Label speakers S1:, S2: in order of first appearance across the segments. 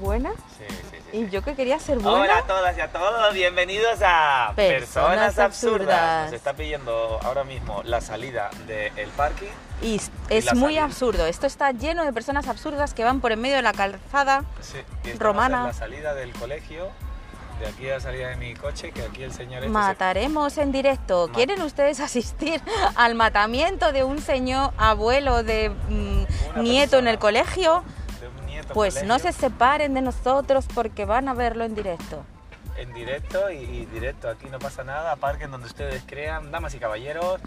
S1: buena
S2: Sí, sí, sí,
S1: y
S2: sí.
S1: yo que quería ser
S2: Hola
S1: buena.
S2: a todas y a todos, bienvenidos a
S1: Personas
S2: Personas, Absurdas.
S1: Absurdas.
S2: Nos está pidiendo ahora mismo la salida del parking.
S1: Y es-
S2: Y
S1: es
S2: la
S1: muy
S2: salida.
S1: absurdo. Esto está lleno de personas absurdas que van por en medio de la calzada.
S2: Sí, y esta
S1: Romana.
S2: va a ser La salida del colegio, de aquí a la salida de mi coche, que aquí el señor este se-
S1: Mataremos en directo.
S2: Ma-
S1: ¿Quieren ustedes asistir al matamiento de un señor abuelo de mm,
S2: Una
S1: nieto en
S2: persona.
S1: el colegio?
S2: de un nieto
S1: Pues no se
S2: colegio,
S1: separen de nosotros porque van a verlo en directo.
S2: En directo y, y directo, aquí no pasa nada, parquen donde ustedes crean, damas y caballeros.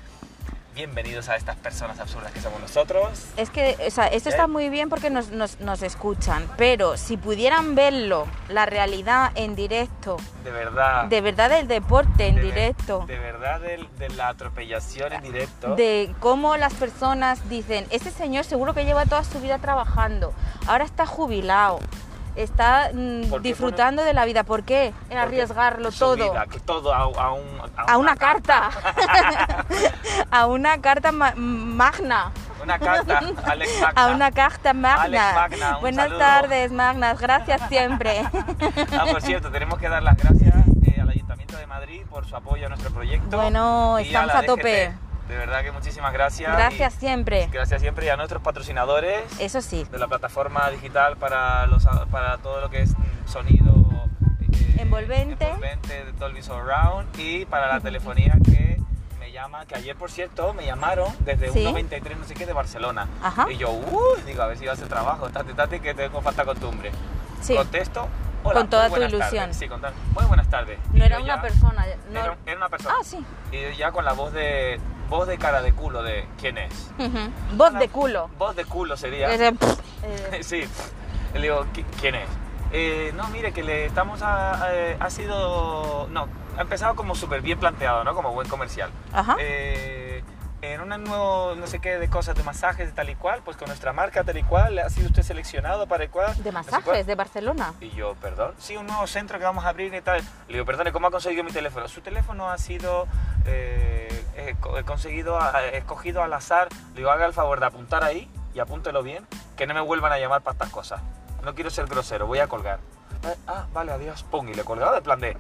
S2: Bienvenidos a estas personas absurdas que somos nosotros.
S1: Es que o sea, esto
S2: ¿Eh?
S1: está muy bien porque nos, nos- nos escuchan, pero si pudieran verlo, la realidad en directo,
S2: De verdad.
S1: de verdad el deporte en
S2: Ah. de ver-
S1: directo, Ah,
S2: De verdad, del- de, la atropellación en directo.
S1: de cómo las personas dicen, este señor seguro que lleva toda su vida trabajando, ahora está jubilado, está mm,
S2: ¿Por qué
S1: disfrutando de la vida, ¿por qué
S2: porque
S1: arriesgarlo
S2: su
S1: todo?
S2: vida, todo a, a un-
S1: A una carta, a una carta ma- magna.
S2: Una carta, Alex Ah, Magna.
S1: A una carta magna.
S2: Alex Magna, un
S1: Buenas
S2: saludo.
S1: tardes, magnas. Gracias siempre.
S2: Ah, por cierto, tenemos que dar las gracias eh, al Ayuntamiento de Madrid por su apoyo a nuestro proyecto.
S1: Bueno,
S2: y
S1: estamos
S2: la
S1: a tope.
S2: DGT. De verdad que muchísimas gracias.
S1: Gracias
S2: y-
S1: siempre.
S2: Gracias siempre y a nuestros patrocinadores
S1: Eso sí.
S2: de la plataforma digital para, los, para todo lo que es mm, sonido eh,
S1: Envolvente.
S2: envolvente de Dolby Surround y para la telefonía que me llama, que ayer por cierto me llamaron desde
S1: Sí.
S2: un 93 no sé qué de Barcelona.
S1: Ajá.
S2: Y yo, "Uh", digo, a ver si vas a trabajo, tate, tate, que tengo falta costumbre.
S1: Sí.
S2: Contesto, hola,
S1: Con toda
S2: muy
S1: tu
S2: buenas
S1: ilusión.
S2: tardes. Sí, con tal- muy buenas tardes. Y
S1: No era
S2: yo
S1: una
S2: ya-
S1: persona. no-
S2: Era, era una persona.
S1: Ah, sí.
S2: Y yo ya con la voz de, voz de cara de culo de quién es.
S1: Ujú. Voz
S2: Hola.
S1: de culo.
S2: Voz de culo sería.
S1: Ese, eh,
S2: sí. Y Le digo, "¿Qui- ¿quién es? Eh, no, mire, que le estamos a- eh, ha sido... No, ha empezado como súper bien planteado, ¿no? Como buen comercial.
S1: Ajá.
S2: Eh, en un nuevo no sé qué de cosas de masajes de tal y cual, pues con nuestra marca tal y cual, ha sido usted seleccionado para el cual... no sé
S1: De
S2: cuál".
S1: masajes, de Barcelona.
S2: Y yo, perdón, sí, un nuevo centro que vamos a abrir y tal. Le digo, perdone, ¿cómo ha conseguido mi teléfono? Su teléfono ha sido eh, eh, co- eh, conseguido, a- eh, escogido al azar. Le digo, haga el favor de apuntar ahí y apúntelo bien, que no me vuelvan a llamar para estas cosas. No quiero ser grosero, voy a colgar. "Eh, Ah, vale, adiós, pum, y le he colgado de plan de...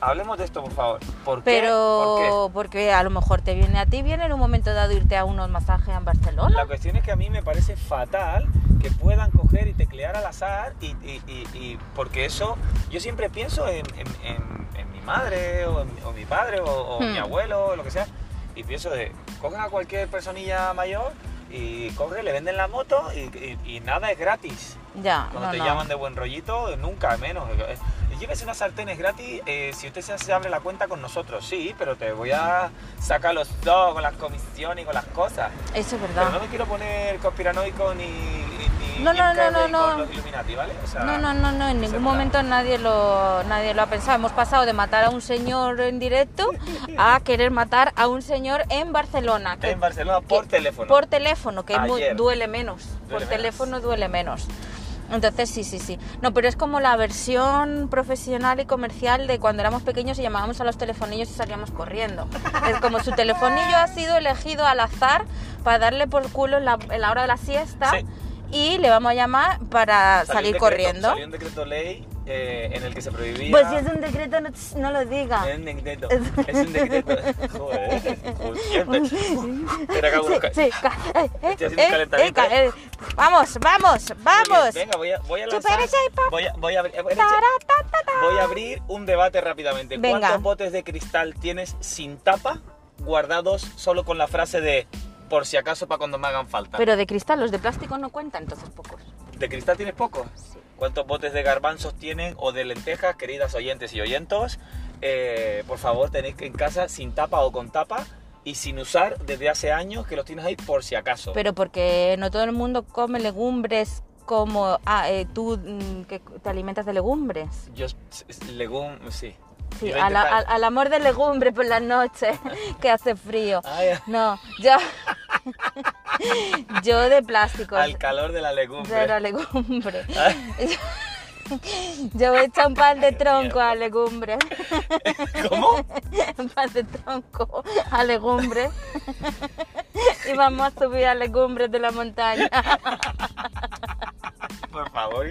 S2: Hablemos de esto, por favor. ¿Por qué? ¿Por qué?
S1: Pero porque a lo mejor te viene a ti, viene en un momento dado irte a unos masajes en
S2: La
S1: Barcelona.
S2: cuestión es que a mí me parece fatal que puedan coger y teclear al azar y, y- y- y- porque eso, yo siempre pienso en, en- en- en mi madre o, en, o mi padre o, o
S1: Hmm.
S2: mi abuelo o lo que sea y pienso de, cogen a cualquier personilla mayor y coge, le venden la moto y, y- y nada es gratis.
S1: Ya,
S2: Cuando
S1: no,
S2: te
S1: no.
S2: llaman de buen rollito, nunca menos. Eh, Llévese unas sartenes gratis eh, si usted se se abre la cuenta con nosotros. Sí, pero te voy a sacar los dos con las comisiones y con las cosas.
S1: Eso es
S2: Pero no
S1: verdad.
S2: me quiero poner conspiranoico ni. ni- ni
S1: No, no, no,
S2: Inca
S1: no,
S2: ni
S1: no.
S2: Con los Illuminati, ¿vale? O sea,
S1: No, no, no, no, en
S2: se
S1: ningún
S2: tra-
S1: momento nadie lo, nadie lo ha pensado. Hemos pasado de matar a un señor en directo a querer matar a un señor en Barcelona. que-
S2: En Barcelona por
S1: que-
S2: teléfono.
S1: Por teléfono, que es muy-
S2: Ayer.
S1: duele menos. por
S2: Duele menos.
S1: teléfono duele menos. Entonces, sí, sí, sí. No, pero es como la versión profesional y comercial de cuando éramos pequeños y llamábamos a los telefonillos y salíamos corriendo. Es como su telefonillo ha sido elegido al azar para darle por culo en la, en la hora de la siesta
S2: Sí.
S1: y le vamos a llamar para
S2: Salió
S1: salir
S2: un decreto-
S1: corriendo.
S2: Salió un decreto ley eh, en el que se prohibía.
S1: Pues si es un decreto, no, tss, no lo diga.
S2: Es un decreto. Es un decreto. Joder. joder. Espera que hago unos ca-
S1: Sí, ca- eh, eh,
S2: Estoy haciendo un
S1: eh,
S2: calentamiento.
S1: eh, ca- eh. Vamos, vamos, vamos.
S2: Venga, voy a, voy a
S1: Chupar
S2: lanzar.
S1: ese iPad.
S2: Voy a, voy a abrir.
S1: Taratatata.
S2: Voy a abrir un debate rápidamente.
S1: Venga.
S2: ¿Cuántos botes de cristal tienes sin tapa, guardados solo con la frase de por si acaso para cuando me hagan falta?
S1: Pero de cristal, los de plástico no cuentan, entonces pocos.
S2: ¿De cristal tienes pocos?
S1: Sí.
S2: ¿Cuántos botes de garbanzos tienen o de lentejas, queridas oyentes y oyentos? Eh, por favor, tenéis que en casa sin tapa o con tapa y sin usar desde hace años que los tienes ahí por si acaso.
S1: Pero porque no todo el mundo come legumbres como ah, eh, tú mm, que te alimentas de legumbres.
S2: Yo, s- s- legum, sí.
S1: Sí,
S2: Iba a
S1: a la-
S2: intentar-
S1: al, al amor de legumbres por la noche, que hace frío.
S2: Ay,
S1: No, yo, yo de plástico.
S2: al calor de la
S1: de la
S2: legumbre.
S1: legumbre.
S2: Ah.
S1: Yo he hecho un pan de tronco a legumbre.
S2: ¿Cómo?
S1: Un pan de tronco a legumbre. Y vamos a subir a legumbres de la montaña.
S2: Por favor.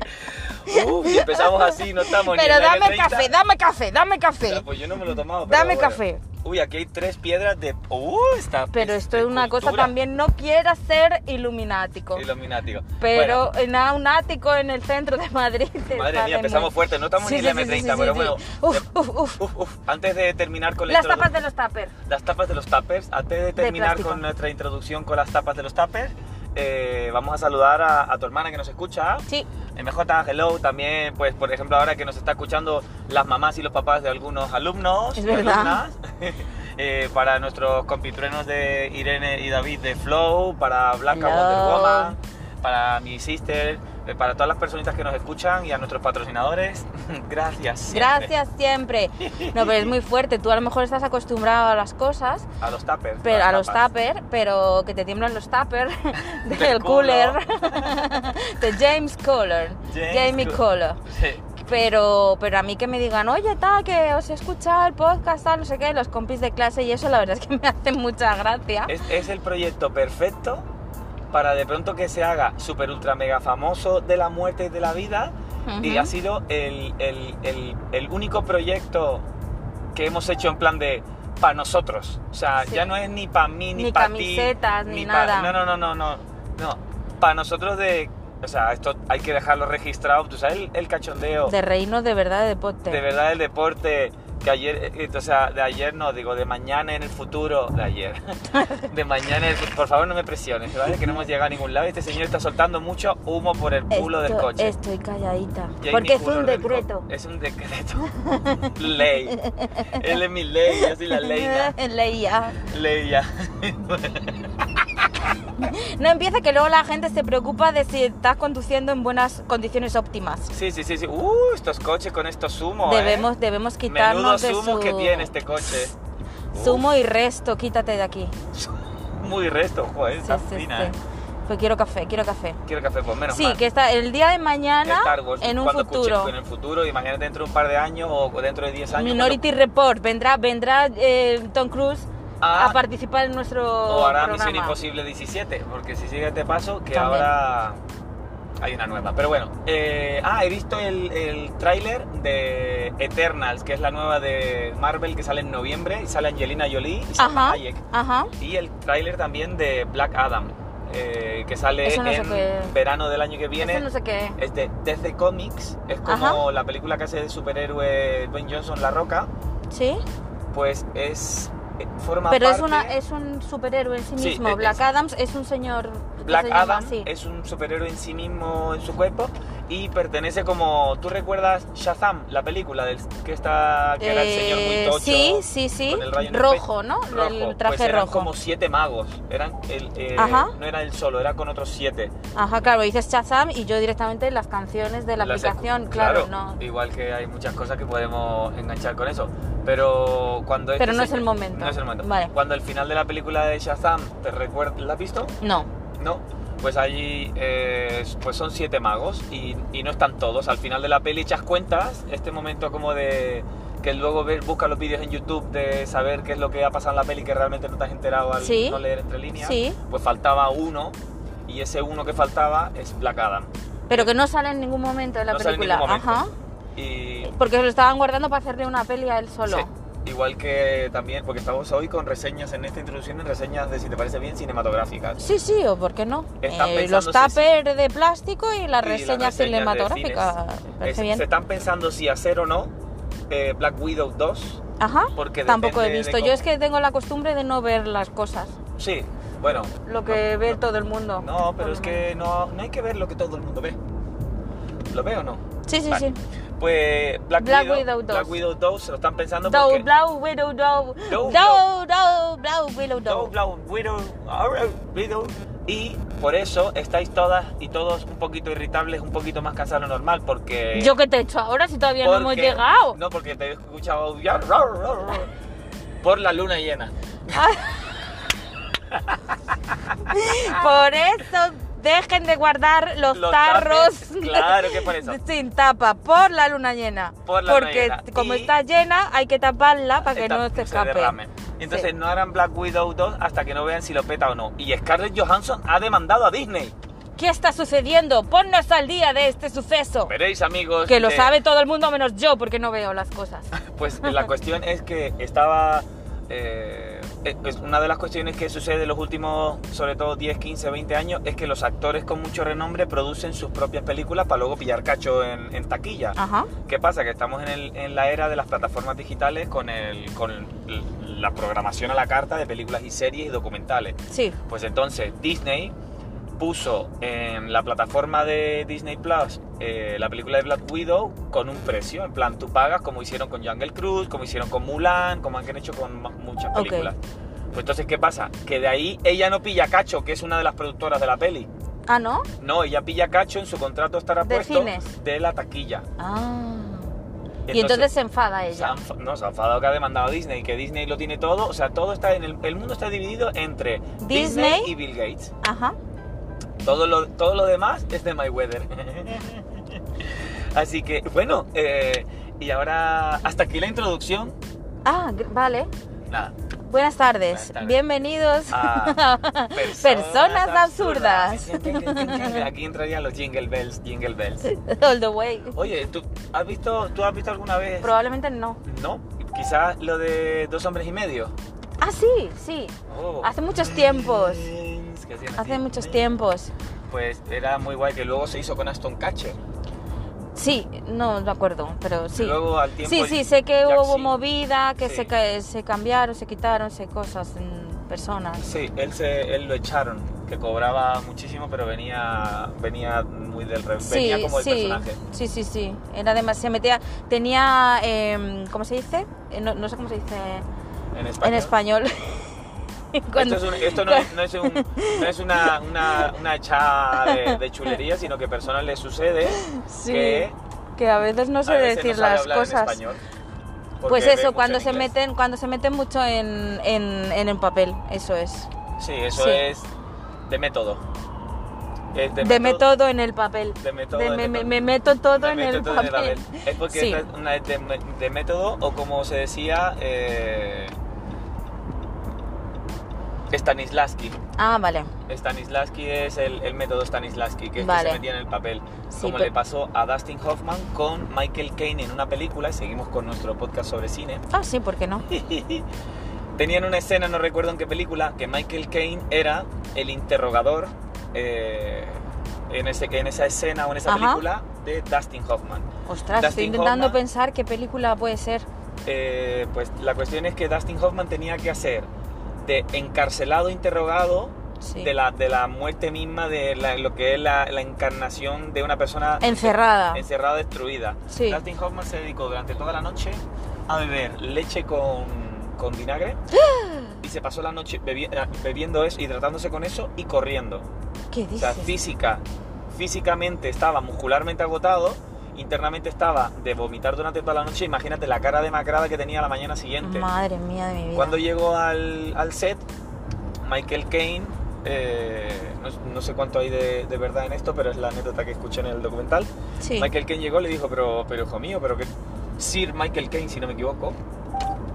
S2: Uf, y empezamos así, no estamos ni
S1: Pero
S2: en la
S1: dame
S2: 30.
S1: café, dame café, dame
S2: Ya,
S1: café.
S2: Pues yo no me lo he tomado. pero
S1: Dame
S2: bueno.
S1: café.
S2: Uy, aquí hay tres piedras de. Uh, está.
S1: Pero esto es una cosa
S2: cultura.
S1: también, no quiera ser iluminático.
S2: Iluminativo.
S1: Pero
S2: Bueno,
S1: en a- un ático en el centro de Madrid. te
S2: madre
S1: salen
S2: mía, empezamos
S1: los-
S2: fuerte, no estamos
S1: Sí,
S2: ni
S1: sí,
S2: en la
S1: sí,
S2: M30,
S1: sí, sí,
S2: pero
S1: sí.
S2: bueno.
S1: Uf, uf, uf.
S2: Uf, uf, antes de terminar con la
S1: Las
S2: introdu-
S1: tapas de los tuppers.
S2: las tapas de los tuppers, antes de terminar
S1: plástico.
S2: con nuestra introducción con las tapas de los tuppers, eh, vamos a saludar a, a tu hermana que nos escucha. eh,
S1: Sí,
S2: MJ, hello, también, pues por ejemplo, ahora que nos está escuchando las mamás y los papás de algunos alumnos,
S1: Es
S2: y
S1: verdad.
S2: alumnas, eh, para nuestros compitruenos de Irene y David de Flow, para Blanca
S1: Hello.
S2: Wonder Woman, para mi sister, eh, para todas las personitas que nos escuchan y a nuestros patrocinadores, gracias. siempre.
S1: gracias siempre. No, pero es muy fuerte. Tú a lo mejor estás acostumbrado a las cosas,
S2: A los tuppers.
S1: pero,
S2: las
S1: a los
S2: tapas.
S1: tuppers, pero que te tiemblan los tuppers
S2: Del
S1: del
S2: culo.
S1: cooler de James Cooler,
S2: James
S1: Jamie
S2: Cooler.
S1: Cooler.
S2: Sí.
S1: Pero, pero a mí que me digan, oye, tal, que os he escuchado el podcast, tal, no sé qué, los compis de clase y eso, la verdad es que me hace mucha gracia.
S2: Es, es el proyecto perfecto para de pronto que se haga super ultra mega famoso de la muerte y de la vida. Eh, Y
S1: Ujú.
S2: ha sido el, el- el- el único proyecto que hemos hecho en plan de para nosotros. O sea,
S1: Sí.
S2: ya no es ni para mí, ni,
S1: Ni
S2: para ti.
S1: camisetas, ni
S2: pa-
S1: nada.
S2: no, no, no, no, no. No, para nosotros de... O sea, esto hay que dejarlo registrado. Tú sabes el, el cachondeo
S1: De reírnos de verdad de pote.
S2: de verdad el deporte que ayer, eh, o sea, de ayer no, digo, de mañana en el futuro, de ayer, de mañana en el futuro, por favor no me presiones, ¿vale? Que no hemos llegado a ningún lado y este señor está soltando mucho humo por el culo del
S1: Esto-
S2: coche.
S1: Estoy calladita.
S2: Jamie
S1: porque es un
S2: Culler del co-
S1: decreto.
S2: Es un decreto. ley. Él es mi ley, yo soy la leina.
S1: Leía.
S2: Leia.
S1: No empieza que luego la gente se preocupa de si estás conduciendo en buenas condiciones óptimas.
S2: Sí, sí, sí, sí. Uh, estos coches con estos zumos.
S1: debemos, debemos
S2: ¿eh? Menudo
S1: quitarnos de
S2: zumo
S1: su
S2: que tiene este coche. Uf,
S1: Zumo y resto, quítate de aquí.
S2: Muy resto, joder,
S1: Sí,
S2: está
S1: sí,
S2: fina, ¿eh?
S1: sí. Pues quiero café, quiero café.
S2: Quiero café, pues menos
S1: sí,
S2: mal.
S1: que está el día de mañana
S2: Star Wars,
S1: en un
S2: cuando escuche-
S1: futuro.
S2: en el futuro, imagínate dentro de un par de años o dentro de 10 años.
S1: Minority Report, vendrá, vendrá eh, Tom Cruise
S2: Ah.
S1: a participar en nuestro
S2: cuando- o hará
S1: programa.
S2: Misión Imposible 17, porque si sigue este paso, que
S1: También.
S2: ahora hay una nueva. Pero bueno, eh, ah, he visto el, el tráiler de Eternals, que es la nueva de Marvel que sale en noviembre y sale Angelina Jolie y Salma
S1: Ajá,
S2: Hayek.
S1: ajá.
S2: Y el tráiler también de Black Adam, eh, que sale
S1: Eso no sé
S2: en
S1: qué-
S2: verano del año que viene.
S1: Eso no sé qué.
S2: es de DC Comics, es como la película que hace de superhéroe Dwayne Johnson La Roca,
S1: Sí,
S2: pues es eh, forma
S1: pero es
S2: parte-
S1: una es un superhéroe en sí
S2: Sí,
S1: mismo.
S2: es-
S1: Black
S2: es-
S1: Adams es un señor que
S2: Black
S1: se llama
S2: Adam
S1: así.
S2: es un superhéroe en sí mismo, en su cuerpo y pertenece como tú recuerdas Shazam, la película del que está que era el señor muy
S1: Eh,
S2: tocho,
S1: sí, sí, sí.
S2: con el rayo en el
S1: Rojo, ¿no?
S2: rojo,
S1: El
S2: pues
S1: traje
S2: eran
S1: rojo.
S2: como siete magos, eran el, eh,
S1: Ajá.
S2: no era él solo, era con otros siete.
S1: Ajá, claro, dices Shazam y yo directamente las canciones de la
S2: Las escu-
S1: aplicación, claro, no.
S2: Igual que hay muchas cosas que podemos enganchar con eso. Pero cuando
S1: Pero
S2: este
S1: no es
S2: señor-
S1: el momento.
S2: No es el momento.
S1: Vale.
S2: Cuando el final de la película de Shazam, ¿te recuerdas? ¿La has visto?
S1: No.
S2: No. Pues allí eh, pues son siete magos y, y no están todos. Al final de la peli echas cuentas, este momento como de que luego ver, busca los vídeos en YouTube de saber qué es lo que ha pasado en la peli que realmente no te has enterado al
S1: Sí.
S2: no leer entre líneas,
S1: Sí.
S2: pues faltaba uno y ese uno que faltaba es Black Adam.
S1: Pero que no sale en ningún momento de la
S2: No sale en
S1: película.
S2: ningún momento.
S1: Ajá.
S2: Y
S1: Porque se lo estaban guardando para hacerle una peli a él solo.
S2: Sí, Igual que también, porque estamos hoy con reseñas en esta introducción, en reseñas de, si te parece bien, cinematográficas.
S1: Sí, sí, o por qué no.
S2: Están
S1: Eh,
S2: pensando
S1: los
S2: si-
S1: tuppers de plástico y las
S2: Y las
S1: reseñas
S2: reseñas de
S1: cinematográficas.
S2: cines.
S1: Parece
S2: Es-
S1: bien.
S2: Se están pensando si hacer o no eh, Black Widow 2,
S1: Ajá.
S2: porque
S1: Tampoco he
S2: depende de
S1: visto.
S2: cómo-
S1: Yo es que tengo la costumbre de no ver las cosas.
S2: Sí, bueno.
S1: Lo que
S2: no,
S1: ve
S2: no.
S1: todo el mundo.
S2: No,
S1: Por
S2: pero es
S1: lo menos.
S2: que no, no hay que ver lo que todo el mundo ve. ¿Lo ve o no?
S1: Sí, sí,
S2: Vale.
S1: sí.
S2: Pues Black,
S1: Black Widow 2.
S2: Black Widow 2 se lo están pensando
S1: Dou,
S2: porque...
S1: blau, widow, dou.
S2: Dou,
S1: Dou, dou, blau, widow,
S2: Dou,
S1: dou.
S2: Blau, Widow, Arrow, Widow. Y por eso estáis todas y todos un poquito irritables, un poquito más cansados de lo normal, porque...
S1: ¿Yo qué te he hecho ahora si todavía no hemos
S2: porque-
S1: llegado?
S2: No, porque te he escuchado ya, ra, ra, ra, por la luna llena.
S1: Por eso dejen de guardar los,
S2: Los
S1: tarros
S2: tapes, claro que por eso.
S1: sin tapa por la luna llena.
S2: Por la luna
S1: Porque
S2: llena.
S1: como
S2: Y-
S1: está llena hay que taparla para que
S2: Esta-
S1: no se escape.
S2: derrame. Entonces
S1: Sí.
S2: no harán Black Widow 2 hasta que no vean si lo peta o no. Y Scarlett Johansson ha demandado a Disney.
S1: ¿Qué está sucediendo? Ponnos al día de este suceso.
S2: Veréis, amigos.
S1: Que lo
S2: que-
S1: sabe todo el mundo menos yo porque no veo las cosas.
S2: Pues la cuestión es que estaba. eh, es una de las cuestiones que sucede en los últimos, sobre todo 10, 15, 20 años, es que los actores con mucho renombre producen sus propias películas para luego pillar cacho en, en taquilla.
S1: Ajá.
S2: ¿Qué pasa? Que estamos en, el- en la era de las plataformas digitales con, el, con l- la programación a la carta de películas y series y documentales.
S1: Sí.
S2: Pues entonces Disney puso en la plataforma de Disney Plus eh, la película de Black Widow con un precio. En plan, tú pagas como hicieron con Jungle Cruise, como hicieron con Mulan, como han hecho con ma- muchas
S1: Ok.
S2: películas. Pues entonces, ¿qué pasa? Que de ahí ella no pilla cacho, que es una de las productoras de la peli.
S1: Ah, ¿no?
S2: No, ella pilla cacho en su contrato estará
S1: De
S2: puesto
S1: cines.
S2: de la taquilla.
S1: Ah. Y entonces se enfada
S2: se ha
S1: ella.
S2: enf- no, se ha enfadado que ha demandado a Disney, que Disney lo tiene todo, o sea, todo está en el, el mundo está dividido entre
S1: Disney.
S2: Disney y Bill Gates.
S1: Ajá.
S2: Todo lo, todo lo demás es de My Weather. Así que, bueno, eh, y ahora hasta aquí la introducción.
S1: Ah, gr- vale.
S2: Nada.
S1: Buenas tardes.
S2: Buenas tardes. Ah.
S1: Bienvenidos.
S2: a
S1: Personas absurdas.
S2: absurdas. Aquí entrarían los jingle bells, jingle bells.
S1: All the way.
S2: Oye, ¿tú has visto, tú has visto alguna vez?
S1: Probablemente no.
S2: No, quizás lo de dos hombres y medio.
S1: Ah, sí, sí.
S2: Oh.
S1: Hace muchos tiempos.
S2: Que hacían así.
S1: Hace muchos tiempos.
S2: Pues era muy guay que luego se hizo con Aston Catcher.
S1: Sí, no me acuerdo, pero sí.
S2: Luego al tiempo.
S1: Sí, sí, sé que
S2: Jack
S1: hubo
S2: sí.
S1: movida, que
S2: Sí.
S1: se, ca- se cambiaron, se quitaron, se cosas, mm, personas.
S2: Sí, él, se, él lo echaron, que cobraba muchísimo, pero venía, venía muy del revés,
S1: Sí,
S2: venía como el
S1: sí,
S2: personaje.
S1: sí, sí, sí. Era demasiado, se metía, tenía, em, ¿cómo se dice? Eh, No, no sé cómo se dice
S2: En español.
S1: en español. Cuando-
S2: esto es un- esto no, es, no es un- no es una, una, una echada de, de chulería, sino que a personas les sucede
S1: Sí,
S2: que
S1: que a veces no sé
S2: a veces
S1: decir
S2: no sabe
S1: las
S2: hablar en
S1: cosas.
S2: español, porque
S1: Pues
S2: ve
S1: eso,
S2: mucho
S1: cuando
S2: en
S1: se
S2: inglés.
S1: meten, cuando se meten mucho en, en, en el papel, eso es.
S2: Sí, eso
S1: Sí.
S2: es de método. Es de,
S1: Deme todo en el papel.
S2: de método,
S1: De-
S2: de
S1: me, me-
S2: método.
S1: me meto todo
S2: Me
S1: en
S2: meto
S1: el
S2: todo
S1: papel.
S2: papel. Es porque
S1: Sí.
S2: esta es una de, me- de método o como se decía eh, Stanislavski.
S1: Ah, vale.
S2: Stanislavski es el, el método Stanislavski, que es que
S1: Vale.
S2: se metía en el papel.
S1: Sí,
S2: como
S1: pe-
S2: le pasó a Dustin Hoffman con Michael Caine en una película, y seguimos con nuestro podcast sobre cine.
S1: Ah, sí, ¿por qué no?
S2: Tenían una escena, no recuerdo en qué película, que Michael Caine era el interrogador eh, en, ese, en esa escena o en esa
S1: Ajá.
S2: película de Dustin Hoffman.
S1: Ostras, estoy
S2: Dustin
S1: intentando
S2: Hoffman.
S1: pensar qué película puede ser.
S2: Eh, pues la cuestión es que Dustin Hoffman tenía que hacer de encarcelado interrogado
S1: Sí.
S2: de, la, de la muerte misma, de la- lo que es la, la encarnación de una persona
S1: Encerrada.
S2: encerrada, destruida.
S1: Sí.
S2: Dustin Hoffman se dedicó durante toda la noche a beber leche con, con vinagre y se pasó la noche bebi- eh, bebiendo eso, hidratándose con eso y corriendo.
S1: ¿Qué
S2: O sea,
S1: dices?
S2: física, físicamente estaba muscularmente agotado, internamente estaba de vomitar durante toda la noche. Imagínate la cara demacrada que tenía a la mañana siguiente.
S1: Madre mía de mi vida.
S2: Cuando llegó al, al set, Michael Caine, eh, no, no sé cuánto hay de, de verdad en esto, pero es la anécdota que escuché en el documental.
S1: Sí.
S2: Michael Caine llegó y le dijo, pero, pero hijo mío, pero que... Sir Michael Caine, si no me equivoco.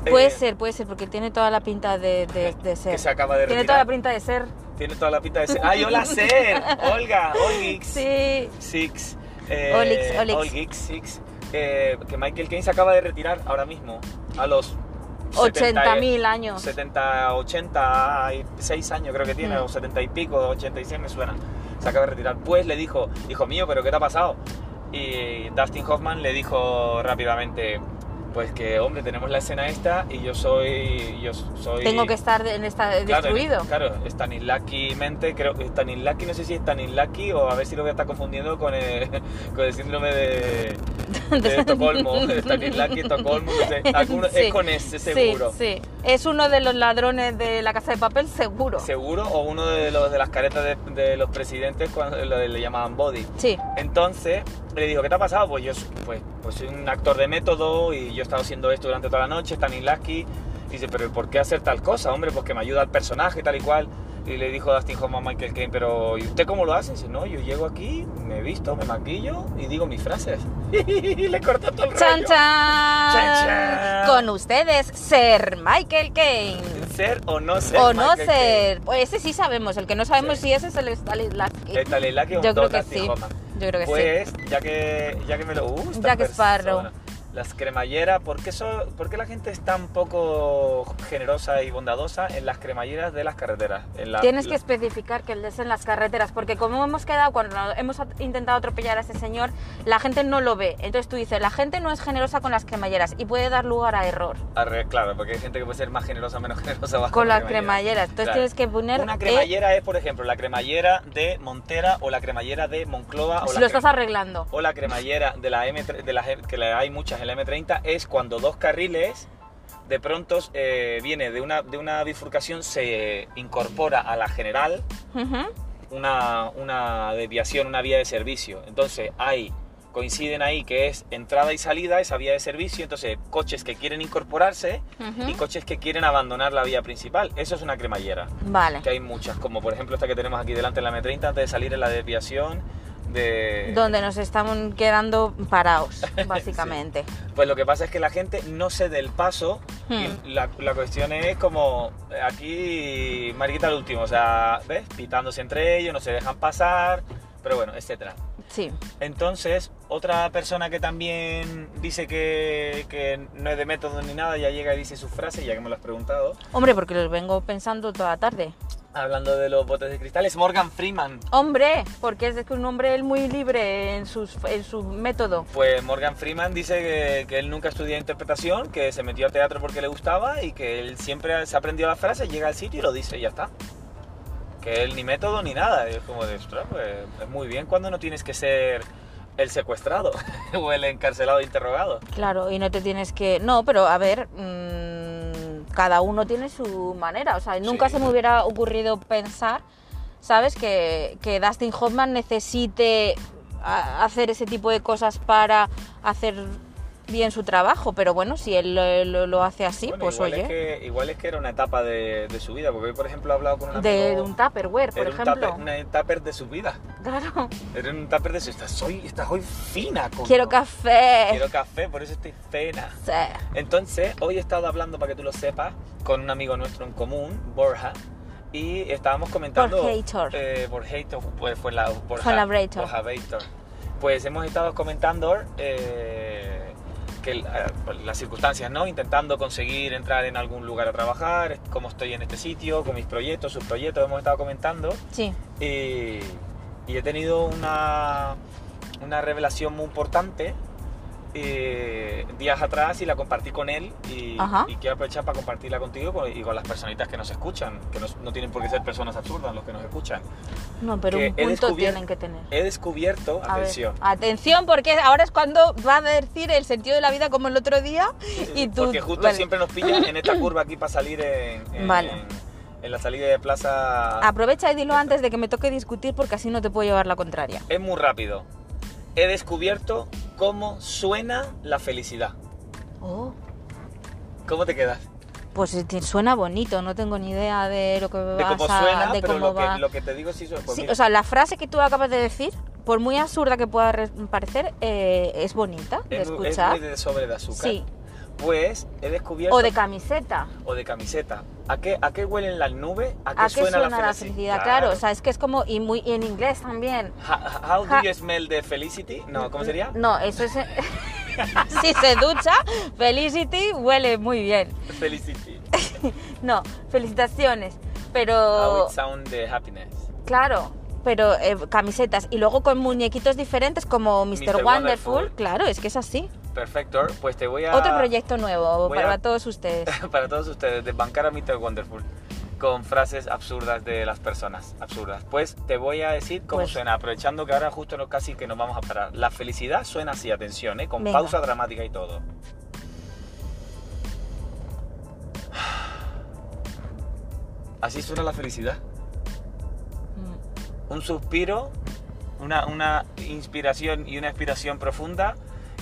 S2: eh,
S1: Puede ser, puede ser, porque tiene toda la pinta de, de- de ser.
S2: Que se acaba de
S1: tiene toda la
S2: retirar.
S1: pinta de ser.
S2: Tiene toda la pinta de ser. ¡Ay, hola, Ser! ¡Olga! ¡Olgix!
S1: Sí.
S2: Six. eh,
S1: Olix, Olix.
S2: Olgix, Six. eh, que Michael Caine se acaba de retirar ahora mismo, a los 70 y-
S1: 80.000 años.
S2: 70, 86 años creo que tiene,
S1: Mm.
S2: o 70 y pico, 86 me suena. Se acaba de retirar. Pues le dijo, hijo mío, ¿pero qué te ha pasado? Y Dustin Hoffman le dijo rápidamente, pues que hombre, tenemos la escena esta y yo soy... Yo soy
S1: Tengo que estar de- en esta,
S2: Claro,
S1: destruido.
S2: en- Claro, Stanislavski mente, creo que Stanislavski, no sé si es Stanislavski o a ver si lo voy a estar confundiendo con el, con el síndrome de, de Estocolmo. Stanislavski, Estocolmo, no sé. Alguno-
S1: Sí.
S2: es con ese
S1: Sí,
S2: seguro.
S1: Sí, Es uno de los ladrones de la casa de papel, seguro.
S2: Seguro, o uno de los de las caretas de, de los presidentes cuando lo- le llamaban body.
S1: Sí.
S2: Entonces le dijo, ¿qué te ha pasado? Pues yo so- pues, pues soy un actor de método y yo he estado haciendo esto durante toda la noche, Stanislavski. Dice, pero ¿por qué hacer tal cosa, hombre? Pues que me ayuda al personaje, tal y cual. Y le dijo Dustin Hoffman a Michael Caine, pero ¿y usted cómo lo hace? Dice, no, yo llego aquí, me visto, me maquillo y digo mis frases. Y le cortó todo el
S1: Chan,
S2: rollo.
S1: chan.
S2: Chan, chan.
S1: Con ustedes, Ser Michael Kane.
S2: ser o no ser.
S1: O no
S2: Michael
S1: ser. Pues ese sí sabemos. El que no sabemos
S2: Sí.
S1: si ese es el Stanley
S2: Key. El Talilaki es un
S1: Yo creo que
S2: Douglas
S1: sí.
S2: Tijoma.
S1: Yo creo que
S2: Pues, ya que, ya que me lo gusta. pues,
S1: Jack Sparrow.
S2: Las cremalleras, ¿por qué, so- por qué la gente es tan poco generosa y bondadosa en las cremalleras de las carreteras? En la-
S1: sí. Tienes
S2: la-
S1: que especificar que es en las carreteras, porque como hemos quedado cuando hemos at- intentado atropellar a ese señor, la gente no lo ve. Entonces tú dices, la gente no es generosa con las cremalleras y puede dar lugar a error
S2: Arre- Claro, porque hay gente que puede ser más generosa o menos generosa bajo
S1: con
S2: la
S1: las cremalleras. Entonces
S2: Claro.
S1: tienes que poner...
S2: Una
S1: eh,
S2: cremallera es, por ejemplo, la cremallera de Montera o la cremallera de Moncloa o
S1: si
S2: la,
S1: lo
S2: cre-
S1: estás arreglando.
S2: o la cremallera de la M de las que la- hay muchas en la M30 es cuando dos carriles de pronto eh, viene de una de una bifurcación se incorpora a la general
S1: Ujú.
S2: una, una desviación, una vía de servicio. Entonces hay, coinciden ahí que es entrada y salida, esa vía de servicio, entonces coches que quieren incorporarse
S1: Ujú.
S2: y coches que quieren abandonar la vía principal. Eso es una cremallera,
S1: Vale.
S2: que hay muchas, como por ejemplo esta que tenemos aquí delante en la M30 antes de salir en la desviación de...
S1: Donde nos estamos quedando parados, básicamente.
S2: Pues lo que pasa es que la gente no cede el paso
S1: Hmm.
S2: y la, la cuestión es como eh, aquí Mariquita el último, o sea, ¿ves? Pitándose entre ellos, no se dejan pasar, pero bueno, etcétera.
S1: Sí.
S2: Entonces, otra persona que también dice que, que no es de método ni nada, ya llega y dice su frase, ya que me lo has preguntado.
S1: Hombre, porque los vengo pensando toda la tarde.
S2: Hablando de los botes de cristal, es Morgan Freeman.
S1: Hombre, porque es que un hombre es muy libre en, sus, en su método.
S2: Pues Morgan Freeman dice que, que él nunca estudió interpretación, que se metió a teatro porque le gustaba y que él siempre se aprendió la frase, llega al sitio y lo dice y ya está. Que él ni método ni nada. Y es como de, "Ostras, pues es muy bien cuando no tienes que ser el secuestrado o el encarcelado e interrogado.
S1: Claro, y no te tienes que... No, pero a ver, mm, cada uno tiene su manera. O sea, nunca
S2: Sí.
S1: se me hubiera ocurrido pensar, ¿sabes? Que, que Dustin Hoffman necesite a- hacer ese tipo de cosas para hacer bien su trabajo. Pero bueno, si él lo, lo- lo hace así,
S2: Bueno,
S1: pues
S2: igual
S1: oye,
S2: Es que, igual es que era una etapa de, de su vida, porque hoy, por ejemplo, he hablado con un amigo...
S1: de, de un Tupperware, por
S2: Ah, era un
S1: ejemplo.
S2: tupper- una tupper de su vida.
S1: Claro.
S2: Era un tupper de su vida. Estás hoy, estás hoy fina, coño.
S1: Quiero café.
S2: Quiero café, por eso estoy fina.
S1: Sí.
S2: Entonces, hoy he estado hablando, para que tú lo sepas, con un amigo nuestro en común, Borja, y estábamos comentando...
S1: Borja Hitor.
S2: Eh, Borja Hitor, pues fue la... Borja,
S1: Fue la Breitor.
S2: Borja Breitor. Pues hemos estado comentando eh, que el- eh, las circunstancias, ¿no? Intentando conseguir entrar en algún lugar a trabajar, cómo estoy en este sitio, con mis proyectos, sus proyectos, hemos estado comentando
S1: Sí.
S2: y, Eh, y he tenido una, una revelación muy importante eh, días atrás y la compartí con él y,
S1: Ajá.
S2: y quiero aprovechar para compartirla contigo con- y con las personitas que nos escuchan, que no, no tienen por qué ser personas absurdas los que nos escuchan.
S1: No, pero
S2: Que
S1: un
S2: he
S1: punto
S2: descubierto-
S1: tienen que tener.
S2: He descubierto,
S1: A ver,
S2: atención,
S1: atención, porque ahora es cuando va a decir el sentido de la vida como el otro día y tú...
S2: porque justo
S1: vale.
S2: siempre nos pillan en esta curva aquí para salir en, en-
S1: Vale. Ah.
S2: en- en la salida de plaza
S1: Aprovecha y dilo antes de que me toque discutir porque así no te puedo llevar la contraria.
S2: Es muy rápido. He descubierto cómo suena la felicidad.
S1: Oh,
S2: ¿Cómo te quedas?
S1: pues eh, te- suena bonito, no tengo ni idea de lo que
S2: de
S1: vas
S2: cómo
S1: a...
S2: suena,
S1: de
S2: pero
S1: cómo
S2: lo,
S1: va.
S2: que, lo que te digo sí suena. pues
S1: Sí,
S2: mira,
S1: o sea, la frase que tú acabas de decir, por muy absurda que pueda re- parecer, eh, es bonita de
S2: es, muy- es
S1: escuchar.
S2: muy de sobre de azúcar.
S1: Sí,
S2: Pues he descubierto.
S1: o de camiseta.
S2: o de camiseta. ¿A qué, ¿A qué huelen las nubes? ¿A qué,
S1: ¿A qué suena, la
S2: felici-
S1: felicidad? Claro. o sea, es que es como, y muy y en inglés también.
S2: Ha- How,
S1: Ja- Mm,
S2: do you smell the felicity? No, ¿cómo sería?
S1: No, eso es... si se ducha, Felicity huele muy bien.
S2: Felicity.
S1: No, felicitaciones.
S2: How
S1: Pero,
S2: it sound the happiness.
S1: claro, pero eh, camisetas. Y luego con muñequitos diferentes como Mr.
S2: Mr.
S1: Wonderful.
S2: Wonderful.
S1: Claro, es que es así.
S2: Perfecto. Pues te voy a.
S1: Otro proyecto nuevo
S2: voy a-
S1: para todos ustedes.
S2: para todos ustedes, desbancar a Mr. Wonderful con frases absurdas de las personas, absurdas. Pues te voy a decir cómo
S1: Pues-
S2: suena, aprovechando que ahora justo no, casi que nos vamos a parar. La felicidad suena así, atención, ¿eh? con
S1: Venga.
S2: pausa dramática y todo. Así suena la felicidad.
S1: Mm,
S2: Un suspiro, una, una inspiración y una expiración profunda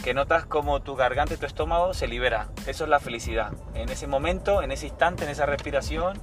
S2: que notas como tu garganta y tu estómago se libera. Eso es la felicidad. En ese momento, en ese instante, en esa respiración,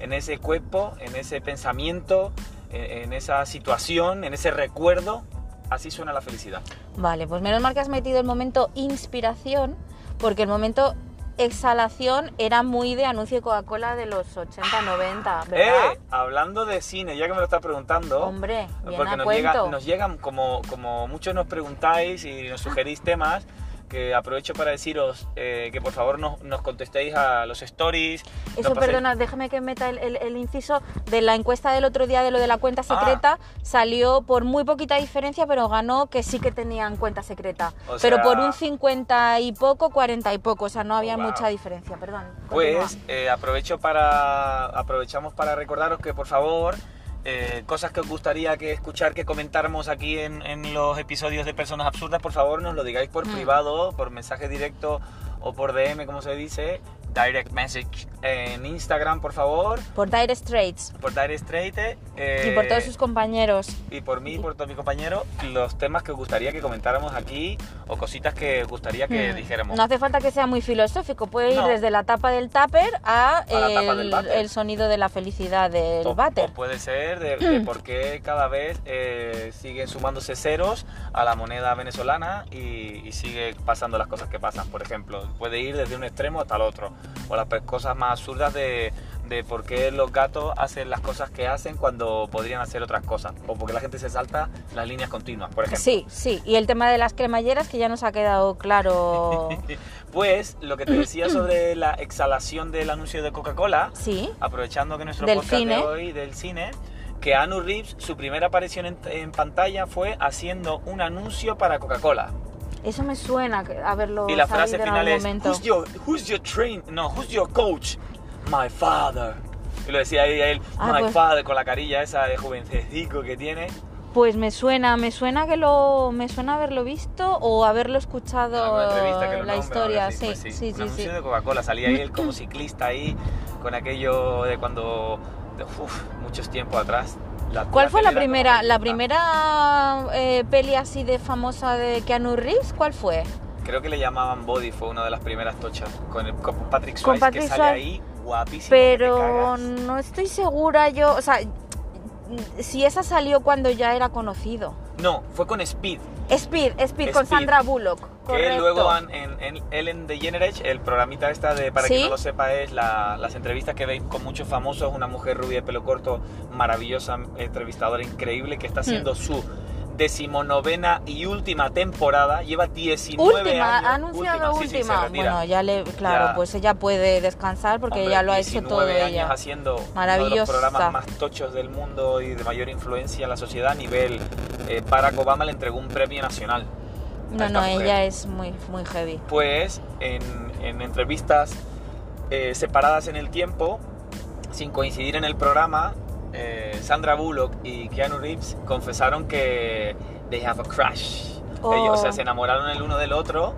S2: en ese cuerpo, en ese pensamiento, en, en esa situación, en ese recuerdo, así suena la felicidad.
S1: Vale, pues menos mal que has metido el momento inspiración, porque el momento exhalación era muy de anuncio de Coca-Cola de los 80, 90, ¿verdad?
S2: Eh, hablando de cine, ya que me lo estás preguntando,
S1: Hombre, bien
S2: porque
S1: a
S2: nos,
S1: cuento.
S2: llega- nos llegan, como, como muchos nos preguntáis y nos sugerís temas, que aprovecho para deciros eh, que por favor nos, nos contestéis a los stories.
S1: Eso,
S2: nos paséis-
S1: perdona, déjame que meta el, el- el inciso de la encuesta del otro día de lo de la
S2: Ah.
S1: cuenta secreta. Salió por muy poquita diferencia, pero ganó que sí que tenían cuenta secreta.
S2: O
S1: pero por
S2: sea-
S1: un 50 y poco, 40 y poco. O sea, no había
S2: Oh, Wow.
S1: mucha diferencia, perdón. continúa.
S2: Pues eh, aprovecho para aprovechamos para recordaros que por favor eh, cosas que os gustaría que escuchar, que comentáramos aquí en, en los episodios de Personas Absurdas, por favor nos lo digáis por
S1: Mm.
S2: privado, por mensaje directo o por DM, como se dice, direct message en Instagram, por favor,
S1: Por Dire Straits
S2: por Dire Straight
S1: y
S2: eh,
S1: por todos sus compañeros.
S2: y por mí, por todo mi compañero, los temas que os gustaría que comentáramos aquí o cositas que os gustaría que
S1: Mm.
S2: dijéramos.
S1: No hace falta que sea muy filosófico, puede ir
S2: No.
S1: desde la tapa del tupper a,
S2: A la tapa
S1: el,
S2: del váter.
S1: el sonido de la felicidad del Hmm.
S2: O-
S1: váter.
S2: o puede ser de, de por qué cada vez eh, siguen sumándose ceros a la moneda venezolana y, y sigue pasando las cosas que pasan, por ejemplo. Puede ir desde un extremo hasta el otro. O las pe- cosas más absurdas de, de por qué los gatos hacen las cosas que hacen cuando podrían hacer otras cosas. O porque la gente se salta las líneas continuas, por ejemplo.
S1: Sí, sí. Y el tema de las cremalleras que ya nos ha quedado claro.
S2: Pues lo
S1: Mm.
S2: que te decía sobre la exhalación del anuncio de Coca-Cola,
S1: Sí.
S2: aprovechando que nuestro
S1: Del
S2: podcast
S1: cine.
S2: de hoy del cine, que Anu Reeves, su primera aparición en, en pantalla fue haciendo un anuncio para Coca-Cola.
S1: Eso me suena que- haberlo
S2: y la
S1: sabido
S2: frase
S1: en
S2: final
S1: algún
S2: es,
S1: momento.
S2: who's your, who's your train? No, who's your coach? My father. Y lo decía ahí a él,
S1: Ah,
S2: my
S1: pues.
S2: father, con la carilla esa de jovencecico que tiene.
S1: Pues me suena, me suena que lo, me suena haberlo visto o haberlo
S2: En
S1: escuchado
S2: alguna entrevista que lo
S1: la
S2: nombra,
S1: historia,
S2: ahora
S1: sí,
S2: pues
S1: sí,
S2: un
S1: sí,
S2: anuncio
S1: sí.
S2: de Coca-Cola, salía ahí él como ciclista ahí, con aquello de cuando, de, uf, muchos tiempos atrás. la-
S1: ¿Cuál fue la
S2: tele era como
S1: primera, la
S2: adulta.
S1: primera eh, peli así de famosa de Keanu Reeves? ¿Cuál fue?
S2: Creo que le llamaban Body, fue una de las primeras tochas. Con, el- con Patrick Swayze,
S1: Con Patrick
S2: que sale
S1: Swayze.
S2: ahí guapísimo. que te
S1: Pero
S2: cagas.
S1: no estoy segura yo, o sea, si esa salió cuando ya era conocido.
S2: No, fue con Speed.
S1: Speed, Speed, con
S2: Speed.
S1: Sandra Bullock.
S2: Que
S1: correcto.
S2: luego han- en, en Ellen DeGeneres, el programita esta de, para
S1: ¿Sí?
S2: quien no lo sepa, es la- las entrevistas que veis con muchos famosos. Una mujer rubia de pelo corto, maravillosa, entrevistadora increíble, que está
S1: Mm.
S2: haciendo su decimonovena y última temporada. Lleva 19
S1: Última,
S2: años.
S1: ha anunciado
S2: sí,
S1: última.
S2: sí, se retira.
S1: bueno, ya le, claro,
S2: Ya.
S1: pues ella puede descansar porque
S2: Hombre,
S1: ya lo ha hecho todo
S2: 19 años
S1: ella.
S2: haciendo uno de los
S1: Maravillosa.
S2: programas más tochos del mundo y de mayor influencia en la sociedad a nivel. eh, Barack Obama le entregó un premio nacional.
S1: No,
S2: esta
S1: no,
S2: mujer.
S1: ella es muy, muy heavy.
S2: Pues en, en entrevistas eh, separadas en el tiempo, sin coincidir en el programa, eh, Sandra Bullock y Keanu Reeves confesaron que they have a crush.
S1: Oh.
S2: Ellos, o sea, se enamoraron el uno del otro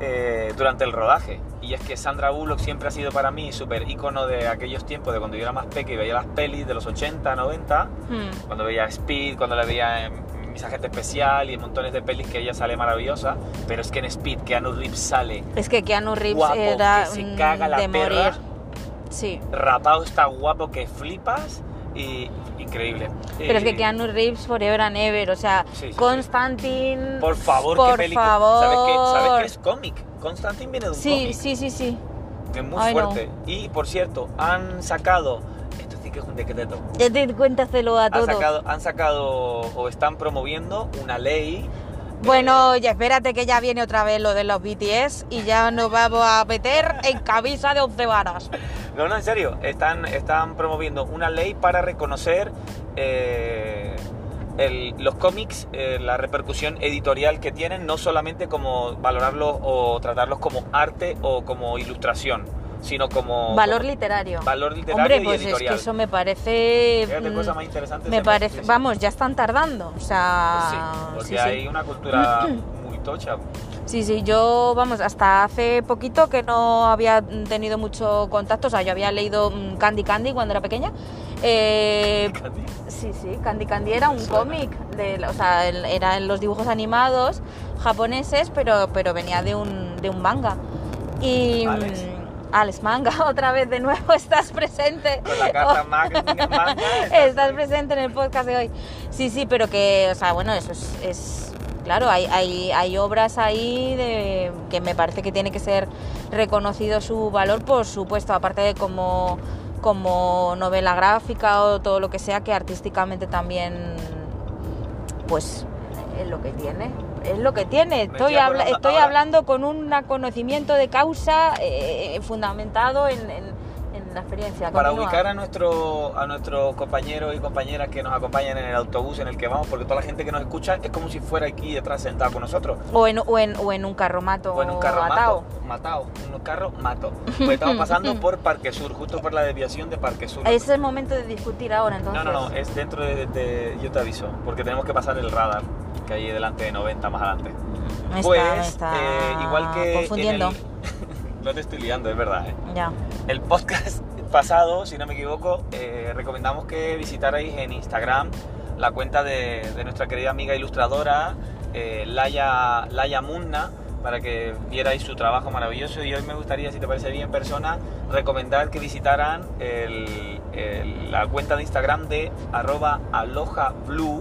S2: eh, durante el rodaje. Y es que Sandra Bullock siempre ha sido para mí súper ícono de aquellos tiempos, de cuando yo era más peque y veía las pelis de los 80, 90
S1: Hmm.
S2: cuando veía Speed, cuando la veía en Mis Agentes Especial y en montones de pelis que ella sale maravillosa, pero es que en Speed Keanu Reeves sale
S1: Es que Keanu Reeves
S2: guapo,
S1: era
S2: que se
S1: mm,
S2: caga la
S1: de
S2: perra,
S1: morir. Sí.
S2: rapado está guapo que flipas y increíble.
S1: Pero es
S2: Y-
S1: que Keanu Reeves forever and ever, o sea,
S2: Sí, sí, sí.
S1: Constantine...
S2: Por favor,
S1: por
S2: qué película. ¿Sabes qué? ¿Sabes
S1: favor.
S2: qué es cómic? Constantine viene de un
S1: Sí,
S2: cómic.
S1: sí, sí, sí.
S2: que es muy
S1: Ay, no.
S2: fuerte. Y por cierto, han sacado esto sí que es un decreto.
S1: Ya te cuéntaselo a
S2: Han
S1: todos.
S2: sacado, han sacado o están promoviendo una ley
S1: Bueno, ya espérate que ya viene otra vez lo de los BTS y ya nos vamos a meter en camisa de once varas.
S2: No, no, en serio, están, están promoviendo una ley para reconocer eh, el- los cómics, eh, la repercusión editorial que tienen, no solamente como valorarlos o tratarlos como arte o como ilustración, sino como
S1: Valor
S2: como
S1: literario.
S2: valor literario
S1: Hombre,
S2: y
S1: pues es que
S2: editorial.
S1: eso me parece...
S2: Fíjate,
S1: mm,
S2: cosa más interesante
S1: Me
S2: se
S1: parece,
S2: sí, sí.
S1: vamos, ya están tardando, o
S2: Pues sí,
S1: sea,
S2: porque
S1: sí, sí.
S2: hay una cultura muy tocha.
S1: Sí, sí, yo, vamos, hasta hace poquito que no había mm, tenido mucho contacto, o sea, yo había leído mm, Candy Candy cuando era pequeña. Eh, sí, sí, Candy Candy era un
S2: Suena.
S1: cómic, de, la- o sea, el- era en los dibujos animados japoneses, pero, pero venía de un, de un manga. Y...
S2: Alex.
S1: mm, Alex Manga, otra vez de nuevo estás presente.
S2: Con la carta magna, manga,
S1: Estás presente en el podcast de hoy. Sí, sí, pero que, o sea, bueno, eso es, es claro, hay, hay, hay obras ahí de, que me parece que tiene que ser reconocido su valor, por supuesto, aparte de como, como novela gráfica o todo lo que sea, que artísticamente también, pues, es lo que tiene. Es lo que tiene.
S2: Me
S1: Estoy,
S2: estoy
S1: habla-
S2: acordando
S1: estoy
S2: ahora.
S1: hablando con un conocimiento de causa eh, fundamentado en, en- en la experiencia.
S2: Para
S1: Continúa.
S2: ubicar a nuestro a nuestros compañeros y compañeras que nos acompañan en el autobús en el que vamos, porque toda la gente que nos escucha es como si fuera aquí detrás sentada con nosotros.
S1: O en, o, en, o en un carromato.
S2: O en un carro
S1: atao.
S2: matado. Matado. En un carro mato. Pues estamos pasando por Parque Sur, justo por la desviación de Parque Sur.
S1: Es el momento de discutir ahora, entonces.
S2: No, no, no, eh, es dentro de, de- Yo te aviso, porque tenemos que pasar el radar que hay delante de 90 más adelante.
S1: Me
S2: pues,
S1: está, me está
S2: eh, igual que. en el-
S1: confundiendo.
S2: no te estoy liando, es verdad, ¿eh?
S1: Ya.
S2: El podcast pasado, si no me equivoco, eh, recomendamos que visitarais en Instagram la cuenta de, de nuestra querida amiga ilustradora, eh, Laia, Laia Munna, para que vierais su trabajo maravilloso. Y hoy me gustaría, si te parece bien, persona, recomendar que visitaran el- el- la cuenta de Instagram de arroba alojablue,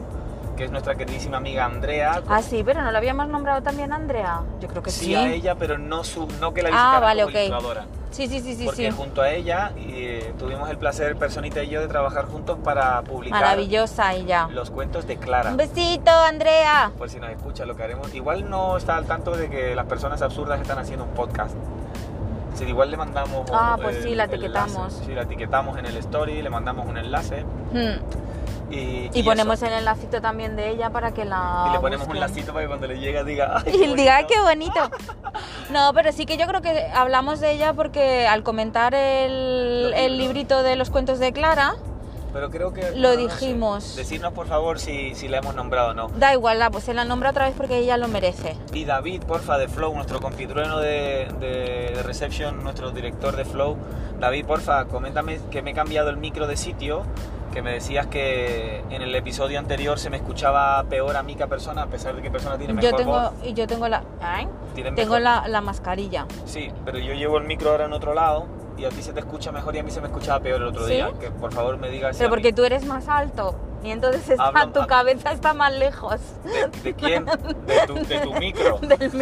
S2: que es nuestra queridísima amiga Andrea.
S1: Ah, sí, pero no lo habíamos nombrado también a Andrea. Yo creo que sí.
S2: a ella, pero no, su, no que la
S1: Ah,
S2: visitaran
S1: vale,
S2: como
S1: ok.
S2: ilustradora
S1: Sí, sí, sí, sí.
S2: porque
S1: sí.
S2: junto a ella eh, tuvimos el placer, Personita y yo, de trabajar juntos para publicar
S1: Maravillosa ella.
S2: los cuentos de Clara.
S1: Un besito, Andrea.
S2: Por si nos escucha, lo que haremos. Igual no está al tanto de que las personas absurdas están haciendo un podcast. Si igual le mandamos.
S1: Ah, pues sí, la
S2: enlace.
S1: etiquetamos.
S2: Sí, la etiquetamos en el story, le mandamos un enlace.
S1: Hmm.
S2: Y,
S1: Y,
S2: eso.
S1: ponemos el enlacito también de ella para que la.
S2: Y le ponemos un
S1: busquen.
S2: lacito para que cuando le llega diga. "Ay,
S1: Y él diga, "Ay,
S2: bonito".
S1: qué bonito. No, pero sí que yo creo que hablamos de ella porque al comentar el,
S2: Los
S1: el
S2: libros.
S1: librito de los cuentos de Clara,
S2: Pero creo que.
S1: Lo
S2: no sé.
S1: dijimos.
S2: Decirnos, por favor, si, si la hemos nombrado o no.
S1: da igual, la, pues, se la nombra otra vez porque ella lo merece.
S2: Y David, porfa, de Flow, nuestro compitrueno de, de- de Reception, nuestro director de Flow. David, porfa, coméntame que me he cambiado el micro de sitio, que me decías que en el episodio anterior se me escuchaba peor a mí que a persona, a pesar de que persona tiene mejor
S1: Yo tengo,
S2: voz.
S1: y yo tengo la. ¿ay?
S2: tiene
S1: Tengo
S2: mejor-
S1: la, la mascarilla.
S2: Sí, pero yo llevo el micro ahora en otro lado y a ti se te escucha mejor y a mí se me escuchaba peor el otro
S1: ¿Sí?
S2: día. Que por favor me digas... si
S1: Pero
S2: a mí-
S1: porque tú eres más alto y entonces está-
S2: Hablo-
S1: tu
S2: hab-
S1: cabeza está más lejos
S2: ¿De, de quién? De tu, de tu micro.
S1: del micro.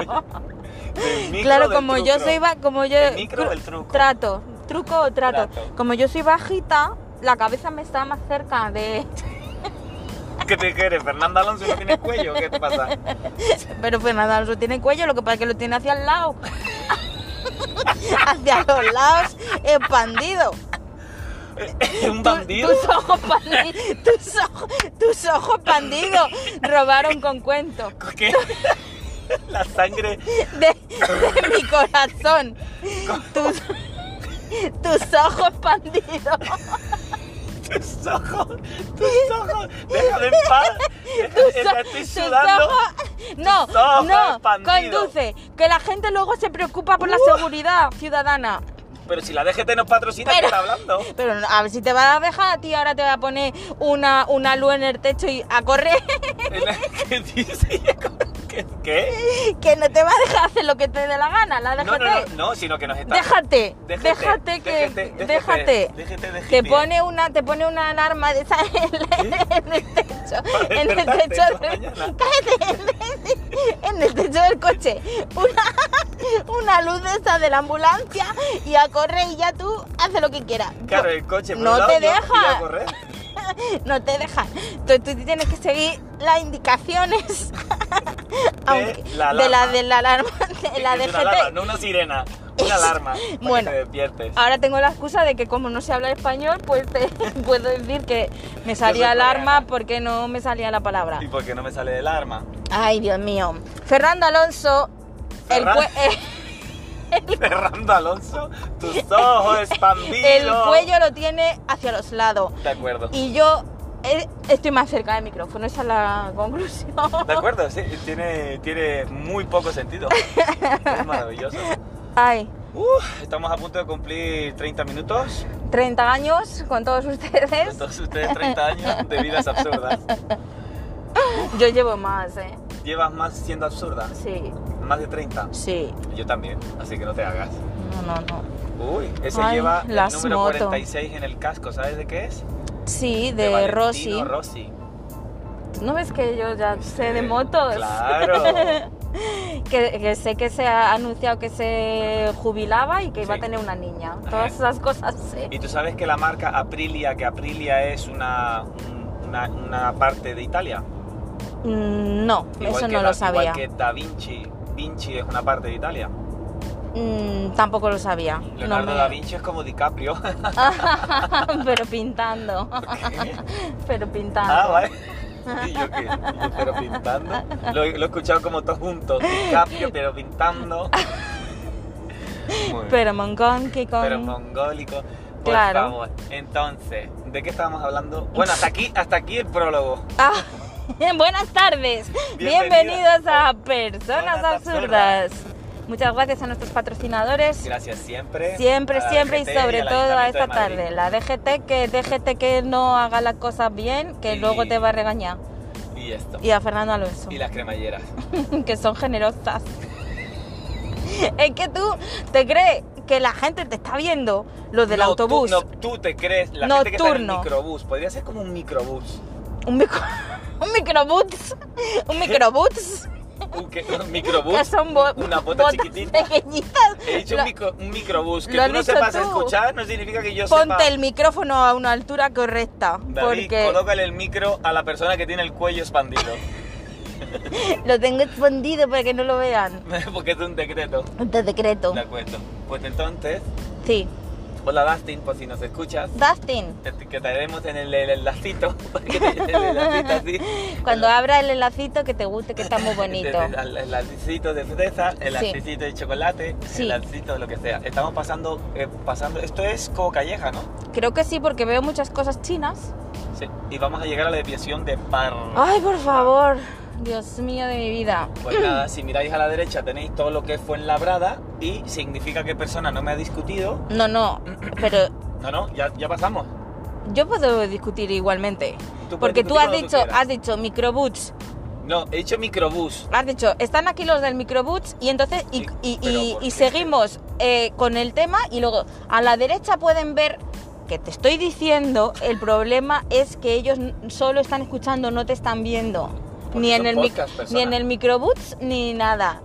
S2: Del micro
S1: claro,
S2: del
S1: como yo
S2: truco.
S1: soy ba- como yo
S2: El micro
S1: tru-
S2: del truco.
S1: trato, truco o trato.
S2: Trato.
S1: Como yo soy bajita, la cabeza me está más cerca de
S2: ¿Qué te quieres? ¿Fernanda Alonso no tiene cuello? ¿Qué te pasa?
S1: Pero Fernando Alonso tiene cuello, lo que pasa es que lo tiene hacia el lado. hacia los lados, expandido.
S2: ¿Un
S1: Tu-
S2: bandido?
S1: Tus ojos pandidos. Tus, ojos- tus ojos pandidos. Robaron con cuento.
S2: ¿Qué? La sangre.
S1: De, de mi corazón. Tus, tus ojos pandidos.
S2: Tus ojos. Tus ojos. Déjame en paz.
S1: Tus, ojos-
S2: Déjame, estoy
S1: tus
S2: sudando.
S1: ojos. No,
S2: Tus ojos
S1: no.
S2: expandidos.
S1: Conduce. Que la gente luego se preocupa por la
S2: Uh.
S1: seguridad ciudadana.
S2: Pero si la DGT nos patrocina, ¿qué
S1: Pero-
S2: está hablando?
S1: Pero a ver si te va a dejar a ti, ahora te va a poner una, una luz en el techo y a correr,
S2: ¿Qué dice? ¿Qué? ¿Qué?
S1: que no te va a dejar hacer lo que te dé la gana, la
S2: No,
S1: déjate.
S2: no, no, no, sino que nos está.
S1: Déjate,
S2: Déjate,
S1: déjate, que,
S2: déjate,
S1: déjate,
S2: déjate, déjate, déjate.
S1: Te pone una, te pone una alarma de esa en, en el techo,
S2: Para
S1: en el
S2: despertarte
S1: techo,
S2: por la
S1: del-
S2: mañana.
S1: cállate, en el techo del coche, una, una luz de esa de la ambulancia y a correr y ya tú haces lo que quieras.
S2: Claro, el coche. por
S1: No
S2: un lado,
S1: te
S2: yo- yo iba
S1: deja.
S2: a correr.
S1: no te dejan. Entonces tú tienes que seguir las indicaciones aunque-
S2: la
S1: de la
S2: alarma.
S1: de la alarma de la
S2: Es una alarma,
S1: DGT.
S2: no una sirena. Una alarma. Para
S1: Bueno.
S2: Que te despiertes.
S1: Ahora tengo la excusa de que como no sé hablar español, pues te puedo decir que me salía
S2: soy
S1: alarma
S2: coreana.
S1: porque no me salía la palabra.
S2: ¿Y por qué no me sale del arma?
S1: Ay, Dios mío. Fernando Alonso, el,
S2: Ferran-
S1: cue- eh,
S2: Fernando Alonso, tus ojos expandidos.
S1: el cuello lo tiene hacia los lados.
S2: De acuerdo.
S1: Y yo eh, estoy más cerca del micrófono, esa es la conclusión.
S2: De acuerdo, sí, tiene, tiene muy poco sentido. Es maravilloso.
S1: Ay.
S2: Uf, estamos a punto de cumplir 30 minutos.
S1: 30 años con todos ustedes.
S2: Entonces ustedes 30 años de vidas absurdas.
S1: Yo llevo más, ¿eh?
S2: Llevas más siendo absurda,
S1: Sí,
S2: más de 30.
S1: sí.
S2: Yo también, así que no te hagas.
S1: No, no, no.
S2: Uy, ese
S1: Ay,
S2: lleva el
S1: las
S2: número
S1: moto.
S2: 46 en el casco, ¿sabes de qué es?
S1: Sí, de,
S2: Valentino
S1: Rosy.
S2: Rossi.
S1: ¿No ves que yo ya Ah, sé de
S2: Sí,
S1: motos?
S2: claro.
S1: que, que sé que se ha anunciado que se jubilaba y que iba a
S2: Sí.
S1: tener una niña.
S2: Ajá.
S1: Todas esas cosas sé.
S2: Y tú sabes que la marca Aprilia, que Aprilia es una, un- una, una parte de Italia.
S1: Mm, No,
S2: Igual
S1: eso
S2: que
S1: no
S2: Da-
S1: lo sabía.
S2: Igual que Da Vinci, Vinci es una parte de Italia.
S1: Mm, tampoco lo sabía. No
S2: Leonardo
S1: me-
S2: Da Vinci es como DiCaprio.
S1: Pero pintando. Pero pintando.
S2: ah, vale. ¿Y yo qué? Yo, Pero pintando. Lo, lo he escuchado como todos juntos. DiCaprio, pero pintando. Muy bien.
S1: Pero mongón que con...
S2: Pero mongólico. Por
S1: Claro.
S2: favor. Entonces, ¿de qué estábamos hablando? Bueno, hasta aquí, hasta aquí el prólogo.
S1: Ah, buenas tardes.
S2: Bienvenidas.
S1: Bienvenidos a Personas
S2: Personas
S1: Absurdas. Muchas gracias a nuestros patrocinadores.
S2: Gracias siempre.
S1: Siempre,
S2: a la
S1: siempre y
S2: DGT
S1: sobre
S2: al
S1: todo a
S2: Ayuntamiento de
S1: esta
S2: Madrid.
S1: tarde. La DGT que DGT que no haga las cosas bien, que
S2: Y-
S1: luego te va a regañar.
S2: Y esto.
S1: Y a Fernando Alonso,
S2: Y las cremalleras.
S1: que son generosas. es que tú te crees que la gente te está viendo, los del
S2: No,
S1: autobús.
S2: Tú, no, tú te crees. La gente que está en el
S1: Nocturno.
S2: microbús. Podría ser como un microbús.
S1: Un, micro, un microbús. Un microbús.
S2: Un, que- un microbús.
S1: que son bo-
S2: una bota
S1: botas
S2: chiquitita.
S1: pequeñitas.
S2: He dicho
S1: Lo-
S2: un, micro- un microbús. Que
S1: lo
S2: tú
S1: has
S2: no
S1: dicho
S2: sepas
S1: tú.
S2: escuchar no significa que yo
S1: Ponte
S2: sepa.
S1: el micrófono a una altura correcta.
S2: David,
S1: porque
S2: colócale el micro a la persona que tiene el cuello expandido.
S1: lo tengo escondido para que no lo vean.
S2: Porque es un decreto.
S1: De decreto.
S2: De acuerdo. Pues entonces,
S1: Sí.
S2: hola Dustin, por si nos escuchas.
S1: Dustin,
S2: Te etiquetaremos en el, el enlacito. porque el enlacito así.
S1: cuando abra el elacito que te guste, que está muy bonito.
S2: Desde El el lacito de fresa, el
S1: Sí.
S2: lacito de chocolate,
S1: Sí.
S2: el lacito de lo que sea. Estamos pasando, eh, pasando. Esto es como calleja, ¿no?
S1: Creo que sí, porque veo muchas cosas chinas.
S2: Sí. Y vamos a llegar a la desviación de Par.
S1: Ay, por favor. Dios mío de mi vida.
S2: Pues nada, si miráis a la derecha tenéis todo lo que fue en labrada y significa que persona no me ha discutido.
S1: No, no, pero
S2: No, no, ya, ya pasamos.
S1: yo puedo discutir igualmente.
S2: Tú puedes
S1: Porque tú
S2: discutir
S1: has
S2: cuando tú
S1: dicho,
S2: quieras.
S1: has dicho microboots,
S2: No, he hecho microbús.
S1: has dicho, están aquí los del microboots y entonces, y,
S2: Sí,
S1: y-
S2: pero
S1: y-
S2: ¿por
S1: y
S2: qué?
S1: seguimos eh, con el tema y luego a la derecha pueden ver que te estoy diciendo, el problema es que ellos n- solo están escuchando, no te están viendo.
S2: Porque
S1: Ni en,
S2: son
S1: el mic-
S2: Pues podcast,
S1: ni
S2: persona.
S1: en el microboots ni nada.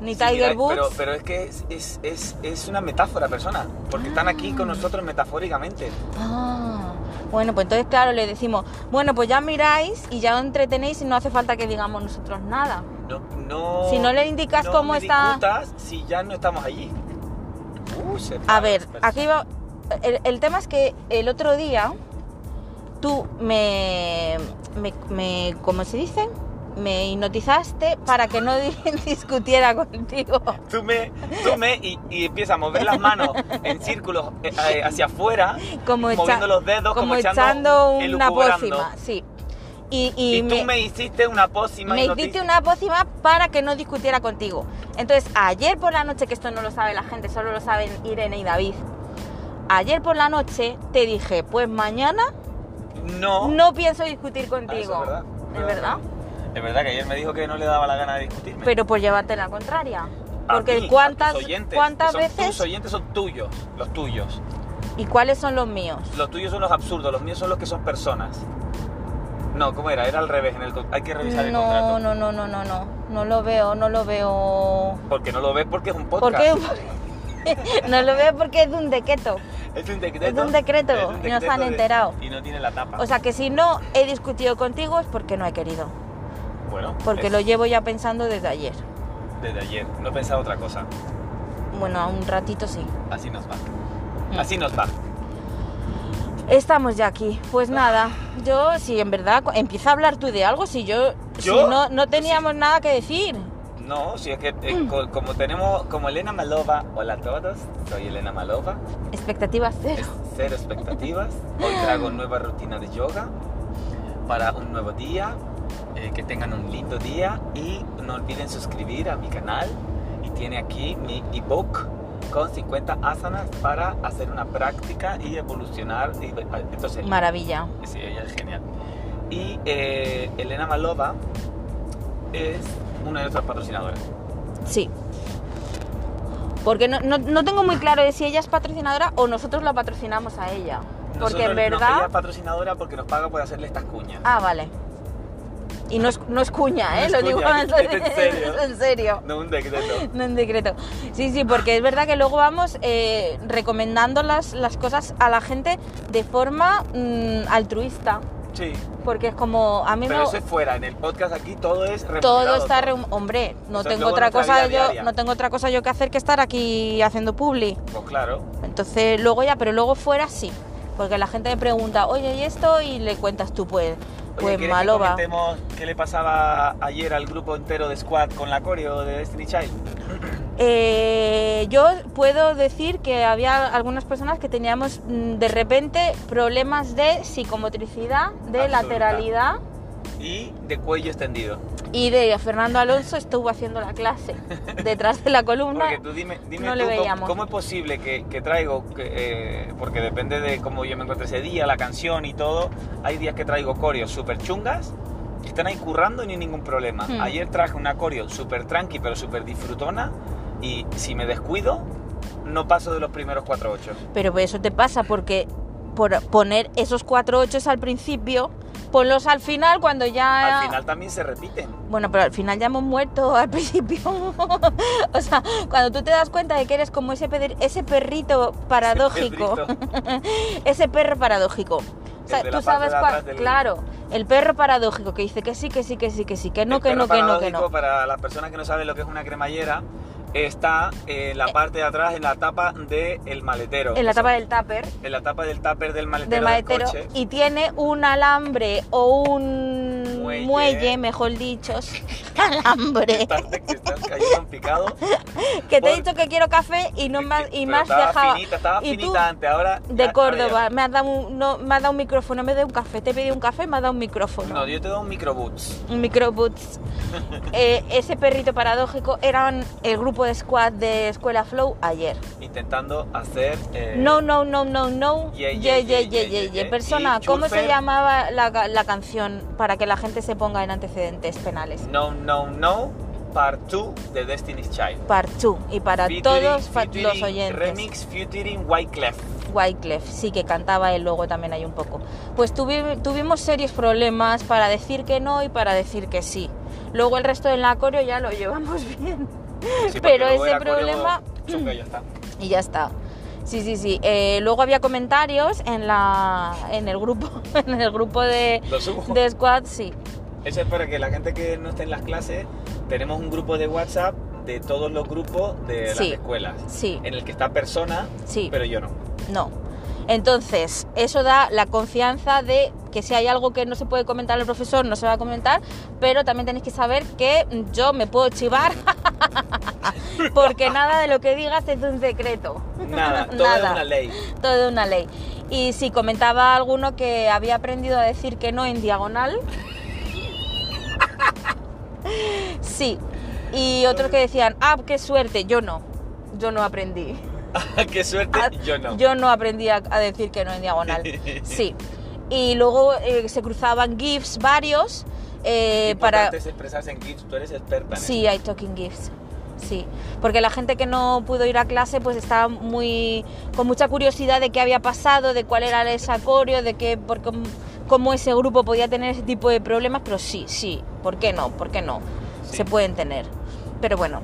S1: Ni
S2: Sí,
S1: Tiger
S2: mira,
S1: Woods.
S2: Pero, pero es que es, es- es- es una metáfora, persona. Porque están aquí con nosotros metafóricamente.
S1: Ah, bueno, pues entonces, claro, le decimos, bueno, pues ya miráis y ya os entretenéis y no hace falta que digamos nosotros nada.
S2: No, no,
S1: Si no le indicas
S2: no
S1: cómo
S2: me
S1: está-
S2: discutas si ya no estamos allí. Uh, se
S1: A
S2: para,
S1: ver,
S2: persona.
S1: aquí va. El, el tema es que el otro día tú me, me, me- ¿Cómo se dice? Me hipnotizaste para que no di- discutiera contigo.
S2: Tú me, tú me y, y empieza a mover las manos en círculos eh, eh, hacia afuera,
S1: Como, echa-
S2: moviendo los dedos, como,
S1: como echando una
S2: elucubrando.
S1: pócima, sí. Y, y
S2: Y, tú
S1: me-
S2: me, hiciste una pócima.
S1: me hiciste una pócima para que no discutiera contigo. Entonces, ayer por la noche, que esto no lo sabe la gente, solo lo saben Irene y David. Ayer por la noche te dije, pues mañana
S2: No.
S1: no pienso discutir
S2: Ah, eso
S1: contigo.
S2: es verdad. Ah,
S1: ¿Es verdad?
S2: Es verdad que ayer me dijo que no le daba la gana de discutirme.
S1: Pero por llevarte la contraria.
S2: A
S1: Porque
S2: ti, a
S1: cuántas,
S2: Ah, tus oyentes,
S1: cuántas
S2: que son- Tus
S1: veces
S2: oyentes son tuyos, los tuyos.
S1: y cuáles son los míos.
S2: Los tuyos son los absurdos, los míos son los que son personas. No, ¿cómo era? Era al revés. En el, con- hay que revisar el
S1: No,
S2: contrato.
S1: no, no, no, no, no. No lo veo, no lo veo.
S2: Porque no lo ves porque es un podcast.
S1: ¿Por qué? no lo veo porque es de un dequeto.
S2: Es un decreto.
S1: Es un decreto,
S2: Es un
S1: y no
S2: decreto
S1: se han
S2: de-
S1: enterado.
S2: Y no tiene la tapa.
S1: O sea que si no he discutido contigo es porque no he querido.
S2: bueno,
S1: Porque
S2: es
S1: lo llevo ya pensando desde ayer.
S2: desde ayer. No pensaba otra cosa.
S1: Bueno, a un ratito sí.
S2: Así nos va.
S1: Mm.
S2: Así nos va.
S1: Estamos ya aquí. Pues nada, yo si en verdad cu- empieza a hablar tú de algo, si yo, si
S2: ¿Yo? pues
S1: no, no teníamos nada que decir.
S2: No, si es que
S1: Mm.
S2: eh, co- como tenemos, como Elena Malova, hola a todos, soy Elena Malova,
S1: Expectativas
S2: es
S1: cero.
S2: cero expectativas, hoy traigo nueva rutina de yoga para un nuevo día, eh, que tengan un lindo día y no olviden suscribir a mi canal y tiene aquí mi ebook con 50 asanas para hacer una práctica y evolucionar. y- entonces,
S1: Maravilla.
S2: Sí, ella es genial. Y eh, Elena Malova es una de nuestras patrocinadoras.
S1: Sí. Porque no, no- no tengo muy claro de si ella es patrocinadora o nosotros la patrocinamos a ella. Porque
S2: Nosotros-
S1: en
S2: no, ella
S1: verdad...
S2: es patrocinadora porque nos paga por hacerle estas cuñas.
S1: Ah, vale. Y no es, no es cuña,
S2: No
S1: ¿eh?
S2: es
S1: Lo
S2: cuña,
S1: digo en
S2: ¿en
S1: serio.
S2: serio?
S1: en serio.
S2: No un decreto.
S1: No en decreto. Sí, sí, porque es verdad que luego vamos eh, recomendando las, las cosas a la gente de forma mm, altruista.
S2: Sí.
S1: Porque es como, a mí
S2: Pero
S1: me,
S2: eso es fuera, en el podcast aquí todo es remunerado,
S1: todo está
S2: ¿no?
S1: reum- hombre no
S2: O sea,
S1: tengo
S2: luego
S1: otra
S2: nuestra
S1: cosa
S2: vida
S1: yo
S2: diaria.
S1: no tengo otra cosa yo que hacer que estar aquí haciendo publi
S2: Pues claro.
S1: entonces luego ya pero luego fuera sí porque la gente me pregunta oye y esto y le cuentas tú pues
S2: Oye,
S1: pues
S2: ¿quieres
S1: malo
S2: que
S1: va
S2: comentemos qué le pasaba ayer al grupo entero de Squad con la coreo de Destiny Child?
S1: Eh, yo puedo decir que había algunas personas que teníamos mm, de repente problemas de psicomotricidad de
S2: Absoluta.
S1: lateralidad
S2: Y de cuello extendido.
S1: y de Fernando Alonso estuvo haciendo la clase detrás de la columna
S2: Porque tú dime, dime
S1: no
S2: tú
S1: le
S2: cómo-
S1: veíamos.
S2: Cómo, es posible que, que traigo, que, eh, porque depende de cómo yo me encuentre ese día, la canción y todo, hay días que traigo coreos súper chungas, que están ahí currando y no hay ningún problema.
S1: Hmm.
S2: Ayer traje una coreo súper tranqui pero súper disfrutona y si me descuido, no paso de los primeros 4-8.
S1: Pero pues, eso te pasa porque por poner esos cuatro ochos al principio, ponlos al final cuando ya...
S2: Al final también se repiten.
S1: Bueno, pero al final ya hemos muerto al principio. o sea, cuando tú te das cuenta de que eres como ese, peder- ese perrito paradójico,
S2: Pedrito.
S1: ese perro paradójico. O
S2: El
S1: sea,
S2: de la
S1: tú
S2: parte
S1: sabes
S2: de
S1: cuál...
S2: atrás del-
S1: Claro, el perro paradójico que dice que sí, que sí, que sí, que sí, que no,
S2: El
S1: que
S2: perro
S1: no, que no, que
S2: paradójico,
S1: no.
S2: Para las personas que no saben lo que es una cremallera, está en la parte de atrás, en la tapa del maletero.
S1: En la
S2: O sea,
S1: tapa del tupper.
S2: en la tapa del tupper del maletero
S1: del
S2: Este del,
S1: maletero
S2: coche.
S1: y tiene un alambre o un
S2: Muelle.
S1: muelle, mejor dicho, alambre,
S2: Estás, estás cayendo en picado.
S1: que te
S2: por-
S1: he dicho que quiero café y no más y
S2: Pero
S1: más
S2: estaba
S1: dejaba
S2: finita, estaba
S1: y tú
S2: finita antes, ahora...
S1: de
S2: ya-
S1: Córdoba, me has dado un, no, me has dado un micrófono, me de un café, te pedí un café, me has dado un
S2: ahora ya-
S1: micrófono.
S2: No, yo te doy un microboots.
S1: Un microboots. Eh, ese perrito paradójico eran el grupo de squad de Escuela Flow ayer.
S2: Intentando hacer... eh,
S1: No, no, no, no, no.
S2: Ye,
S1: Ye, ye, ye,
S2: ye, ye, ye,
S1: ye, ye.
S2: ye.
S1: Persona,
S2: Y
S1: ¿cómo
S2: Churfer.
S1: se llamaba la, ca- la canción para que la gente se ponga en antecedentes penales?
S2: No, no, no, part 2 de Destiny's Child.
S1: Part 2. Y para todos fa-
S2: Featuring-
S1: los oyentes.
S2: Remix featuring Wyclef.
S1: Wyclef, sí, que cantaba él luego también hay un poco. Pues tuvi- tuvimos serios problemas para decir que no y para decir que sí. Luego el resto del acorio ya lo llevamos bien.
S2: Sí, porque
S1: Pero
S2: luego
S1: ese
S2: era coreo,
S1: problema- mm,
S2: chungo, ya está.
S1: Y ya está. Sí, sí, sí. Eh, luego había comentarios en la en el grupo, en el grupo de,
S2: Lo subo.
S1: de Squad, sí.
S2: Eso es para que la gente que no esté en las clases, tenemos un grupo de WhatsApp de todos los grupos de
S1: Sí.
S2: las escuelas.
S1: Sí,
S2: En el que está persona,
S1: sí.
S2: pero yo no.
S1: No. Entonces, eso da la confianza de que si hay algo que no se puede comentar al profesor, no se va a comentar, pero también tenéis que saber que yo me puedo chivar, porque nada de lo que digas es un secreto.
S2: Nada, todo es
S1: Nada.
S2: una ley.
S1: Todo una ley. Y si comentaba alguno que había aprendido a decir que no en diagonal, sí. Y otros que decían, ah, qué suerte, yo no, yo no aprendí.
S2: Qué suerte,
S1: Ah,
S2: yo no.
S1: Yo no aprendí a, a decir que no en diagonal. Sí. Y luego eh, se cruzaban GIFs varios eh, para...
S2: Importante es expresarse en GIFs, tú eres experta en
S1: Sí, hay talking GIFs. Sí, porque la gente que no pudo ir a clase pues estaba muy con mucha curiosidad de qué había pasado, de cuál era el sacorio, de qué por cómo, cómo ese grupo podía tener ese tipo de problemas, pero sí, sí, ¿por qué no? ¿Por qué no?
S2: Sí.
S1: Se pueden tener. Pero bueno,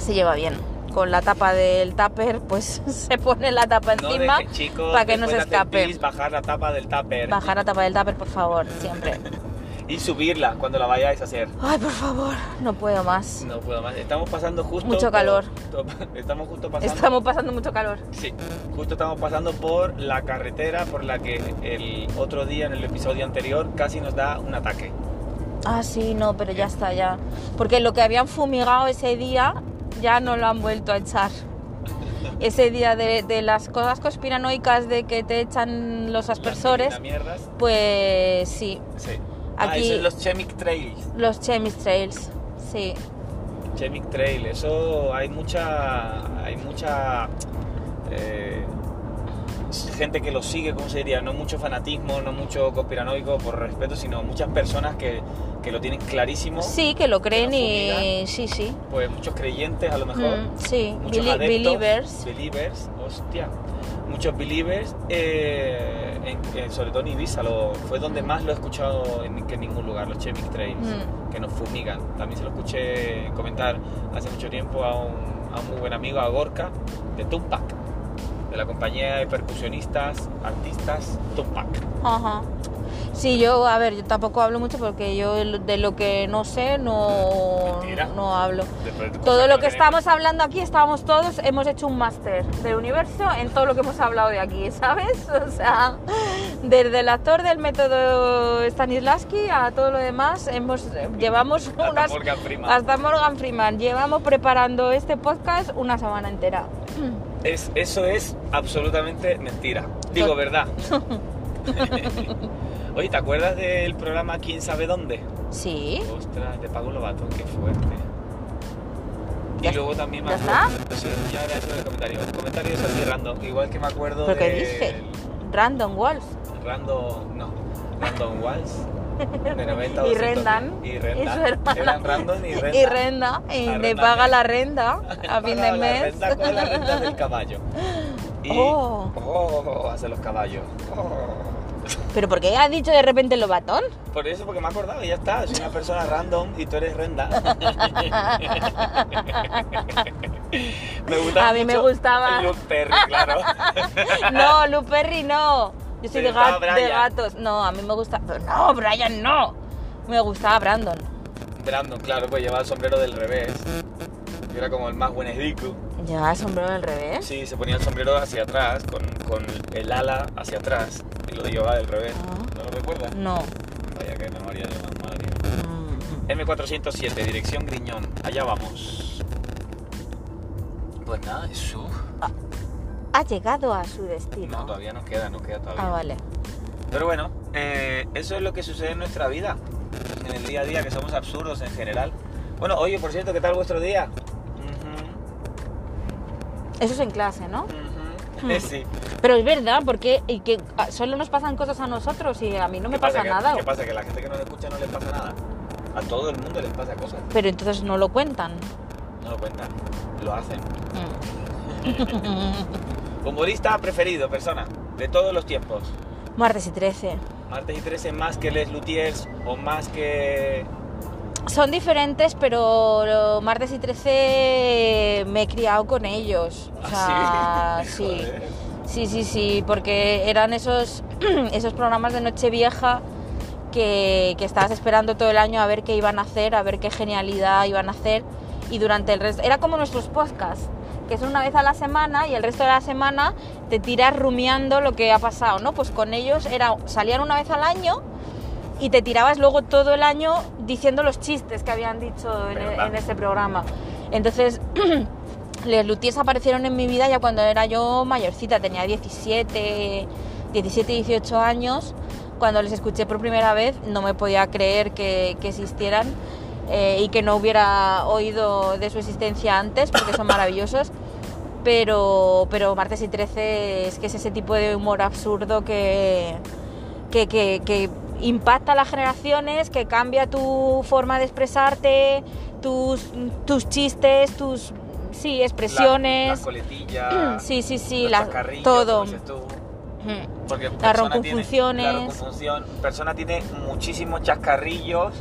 S1: se lleva bien. Con la tapa del tupper, pues se pone la tapa
S2: eso.
S1: encima.
S2: dejes, chicos,
S1: pa' que no
S2: después
S1: se
S2: de hacer
S1: escape.
S2: pis, bajar la tapa del tupper
S1: Bajar la tapa del tupper, por favor, siempre.
S2: y subirla cuando la vayáis a hacer.
S1: Ay, por favor, no puedo más.
S2: No puedo más. Estamos pasando justo.
S1: Mucho
S2: por-
S1: calor.
S2: to- Estamos justo pasando.
S1: Estamos pasando mucho calor.
S2: Sí, justo estamos pasando por la carretera por la que el otro día, en el episodio anterior, casi nos da un ataque.
S1: Ah, sí, no, pero ya está, ya. Porque lo que habían fumigado ese día ya no lo han vuelto a echar. Ese día de, de las cosas conspiranoicas de que te echan los aspersores,
S2: Las mierdas.
S1: pues sí,
S2: Sí. Ah,
S1: Aquí-
S2: eso es los Chemic Trails.
S1: los Chemis Trails, sí.
S2: Chemic Trail, eso hay mucha. Hay mucha. eh, gente que lo sigue, ¿cómo se diría? No mucho fanatismo, no mucho conspiranoico por respeto, sino muchas personas que, que lo tienen clarísimo.
S1: Sí, que lo creen
S2: Que lo
S1: y sí, sí.
S2: Pues muchos creyentes a lo mejor.
S1: Mm, sí,
S2: muchos
S1: Beli-
S2: adeptos,
S1: believers.
S2: believers, hostia, muchos believers eh, en- en- sobre todo en Ibiza, lo- fue donde más lo he escuchado en, que en ningún lugar, los Chemic Trails,
S1: Mm.
S2: que nos fumigan. También se lo escuché comentar hace mucho tiempo a un, a un muy buen amigo, a Gorka, de Tupac, de la compañía de percusionistas, artistas Tupac.
S1: Ajá. Sí, yo, a ver, yo tampoco hablo mucho porque yo de lo que no sé no,
S2: Mentira.
S1: no hablo.
S2: Después de-
S1: Todo lo que
S2: tenemos-
S1: estamos hablando aquí, estábamos todos, hemos hecho un máster de universo en todo lo que hemos hablado de aquí, ¿sabes? O sea, desde el actor del método Stanislavski a todo lo demás, hemos, llevamos
S2: Hasta
S1: unas...
S2: Morgan Freeman.
S1: Hasta Morgan Freeman, llevamos preparando este podcast una semana entera.
S2: Es, eso es absolutamente mentira. Digo,
S1: Tot-
S2: verdad. Oye, ¿te acuerdas del programa Quién sabe dónde?
S1: Sí,
S2: Ostras, de Pago Lobato, qué fuerte. Y
S1: Ya-
S2: luego también me
S1: ya
S2: acuerdo. Sí, Ya ahora eso del comentario. El comentario es así random. Igual que me acuerdo
S1: ¿Pero qué
S2: del
S1: dice? Random Walls.
S2: Random. No. Random Walls. De 90 o
S1: Y
S2: 200.
S1: Rendan.
S2: Y
S1: Y
S2: Rendan.
S1: su hermana.
S2: Eran random y Rendan.
S1: Y renda, y
S2: La
S1: le
S2: renda,
S1: paga
S2: ¿no?
S1: la renda a fin de
S2: Pagaba la
S1: mes.
S2: renta con la renta del caballo. Y.
S1: Oh.
S2: oh, hace los caballos. Oh.
S1: ¿Pero por qué has dicho de repente lo batón?
S2: Por eso, porque me he acordado, ya está. Soy una persona random y tú eres renda. me
S1: A mí me
S2: mucho
S1: gustaba.
S2: Luke Perry, claro.
S1: No, Lu Perry no. Yo soy
S2: Te
S1: de,
S2: gustaba
S1: gat-
S2: Brian.
S1: de gatos. No, a mí me gusta. pero No, Brian no. Me gustaba Brandon.
S2: Random, claro, pues llevaba el sombrero del revés. Yo era como el más buenedico.
S1: Ya, el sombrero del revés.
S2: Sí, se ponía el sombrero hacia atrás, con, con el ala hacia atrás. Y lo llevaba del revés.
S1: Ah.
S2: ¿No lo recuerdas?
S1: No.
S2: Vaya que memoria de más madre.
S1: Mm.
S2: M407, dirección Griñón. Allá vamos. Pues nada, eso.
S1: Ha llegado a su destino.
S2: No, todavía nos queda, nos queda todavía.
S1: ah, vale.
S2: Pero bueno, eh, eso es lo que sucede en nuestra vida, en el día a día, que somos absurdos en general. Bueno, oye, por cierto, ¿qué tal vuestro día?
S1: Eso es en clase, ¿no?
S2: Ujú, ujú. Eh, sí.
S1: Pero es verdad, porque y que ah, solo nos pasan cosas a nosotros y a mí no me
S2: ¿Qué pasa?
S1: pasa,
S2: ¿Que-
S1: nada.
S2: ¿Qué pasa? Que a la gente que nos escucha no le pasa nada. A todo el mundo les pasa cosas.
S1: Pero entonces no lo cuentan.
S2: No lo cuentan, lo hacen.
S1: Mm.
S2: Humorista preferido, persona, de todos los tiempos.
S1: Martes y 13.
S2: Martes y 13 más que Les Lutiers o más que...
S1: Son diferentes, pero lo- martes y 13 me he criado con ellos. O sea,
S2: Ah,
S1: sí.
S2: Joder.
S1: Sí, sí, sí, porque eran esos, esos programas de Nochevieja que, que estabas esperando todo el año a ver qué iban a hacer, a ver qué genialidad iban a hacer. Y durante el resto. Era como nuestros podcasts, que son una vez a la semana y el resto de la semana te tiras rumiando lo que ha pasado, ¿no? Pues con ellos era, salían una vez al año y te tirabas luego todo el año diciendo los chistes que habían dicho en, e,
S2: ¿Verdad?
S1: en ese programa. Entonces, les Lutiers aparecieron en mi vida ya cuando era yo mayorcita, tenía 17, 17, 18 años. Cuando les escuché por primera vez no me podía creer que, que existieran eh, y que no hubiera oído de su existencia antes porque son maravillosos. Pero, pero martes y 13 es que es ese tipo de humor absurdo que, que, que- que impacta a las generaciones, que cambia tu forma de expresarte, tus, tus chistes, tus sí,
S2: La- Las
S1: expresiones.
S2: coletillas.
S1: sí, sí, sí,
S2: los pues,
S1: la-
S2: chascarrillos,
S1: todo.
S2: como dices tú.
S1: Mm.
S2: Porque
S1: La
S2: persona tiene-
S1: roconfunciones.
S2: la roconfunción- persona tiene muchísimos chascarrillos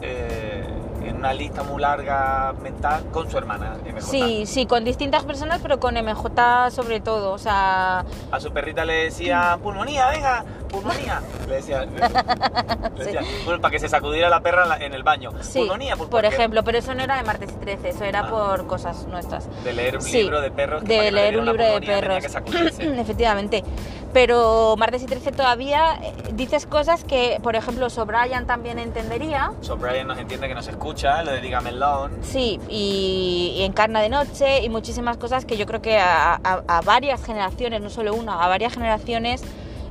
S2: eh, en una lista muy larga mental con su hermana, MJ.
S1: Sí, sí, con distintas personas, pero con MJ sobre todo. O sea,
S2: A su perrita le
S1: Mm.
S2: decía, pulmonía, venga, pulmonía. Le decía, le decía, bueno, para que se sacudiera la perra la- en el baño.
S1: sí,
S2: pulmonía, pul-
S1: por
S2: porque-
S1: ejemplo, pero eso no era de martes y 13, eso era
S2: Ah.
S1: por cosas nuestras.
S2: De leer un
S1: Sí,
S2: libro de perros. que para
S1: de
S2: que le
S1: leer
S2: diera
S1: un
S2: una
S1: libro de
S2: pulmonía tenía
S1: perros.
S2: que sacudirse.
S1: Efectivamente. Pero martes y 13 todavía eh, dices cosas que, por ejemplo, Sobrayan también entendería.
S2: So Brian nos entiende que nos escucha, lo de Dígame Melón.
S1: Sí, y, y Encarna de Noche y muchísimas cosas que yo creo que a, a- a varias generaciones, no solo una, a varias generaciones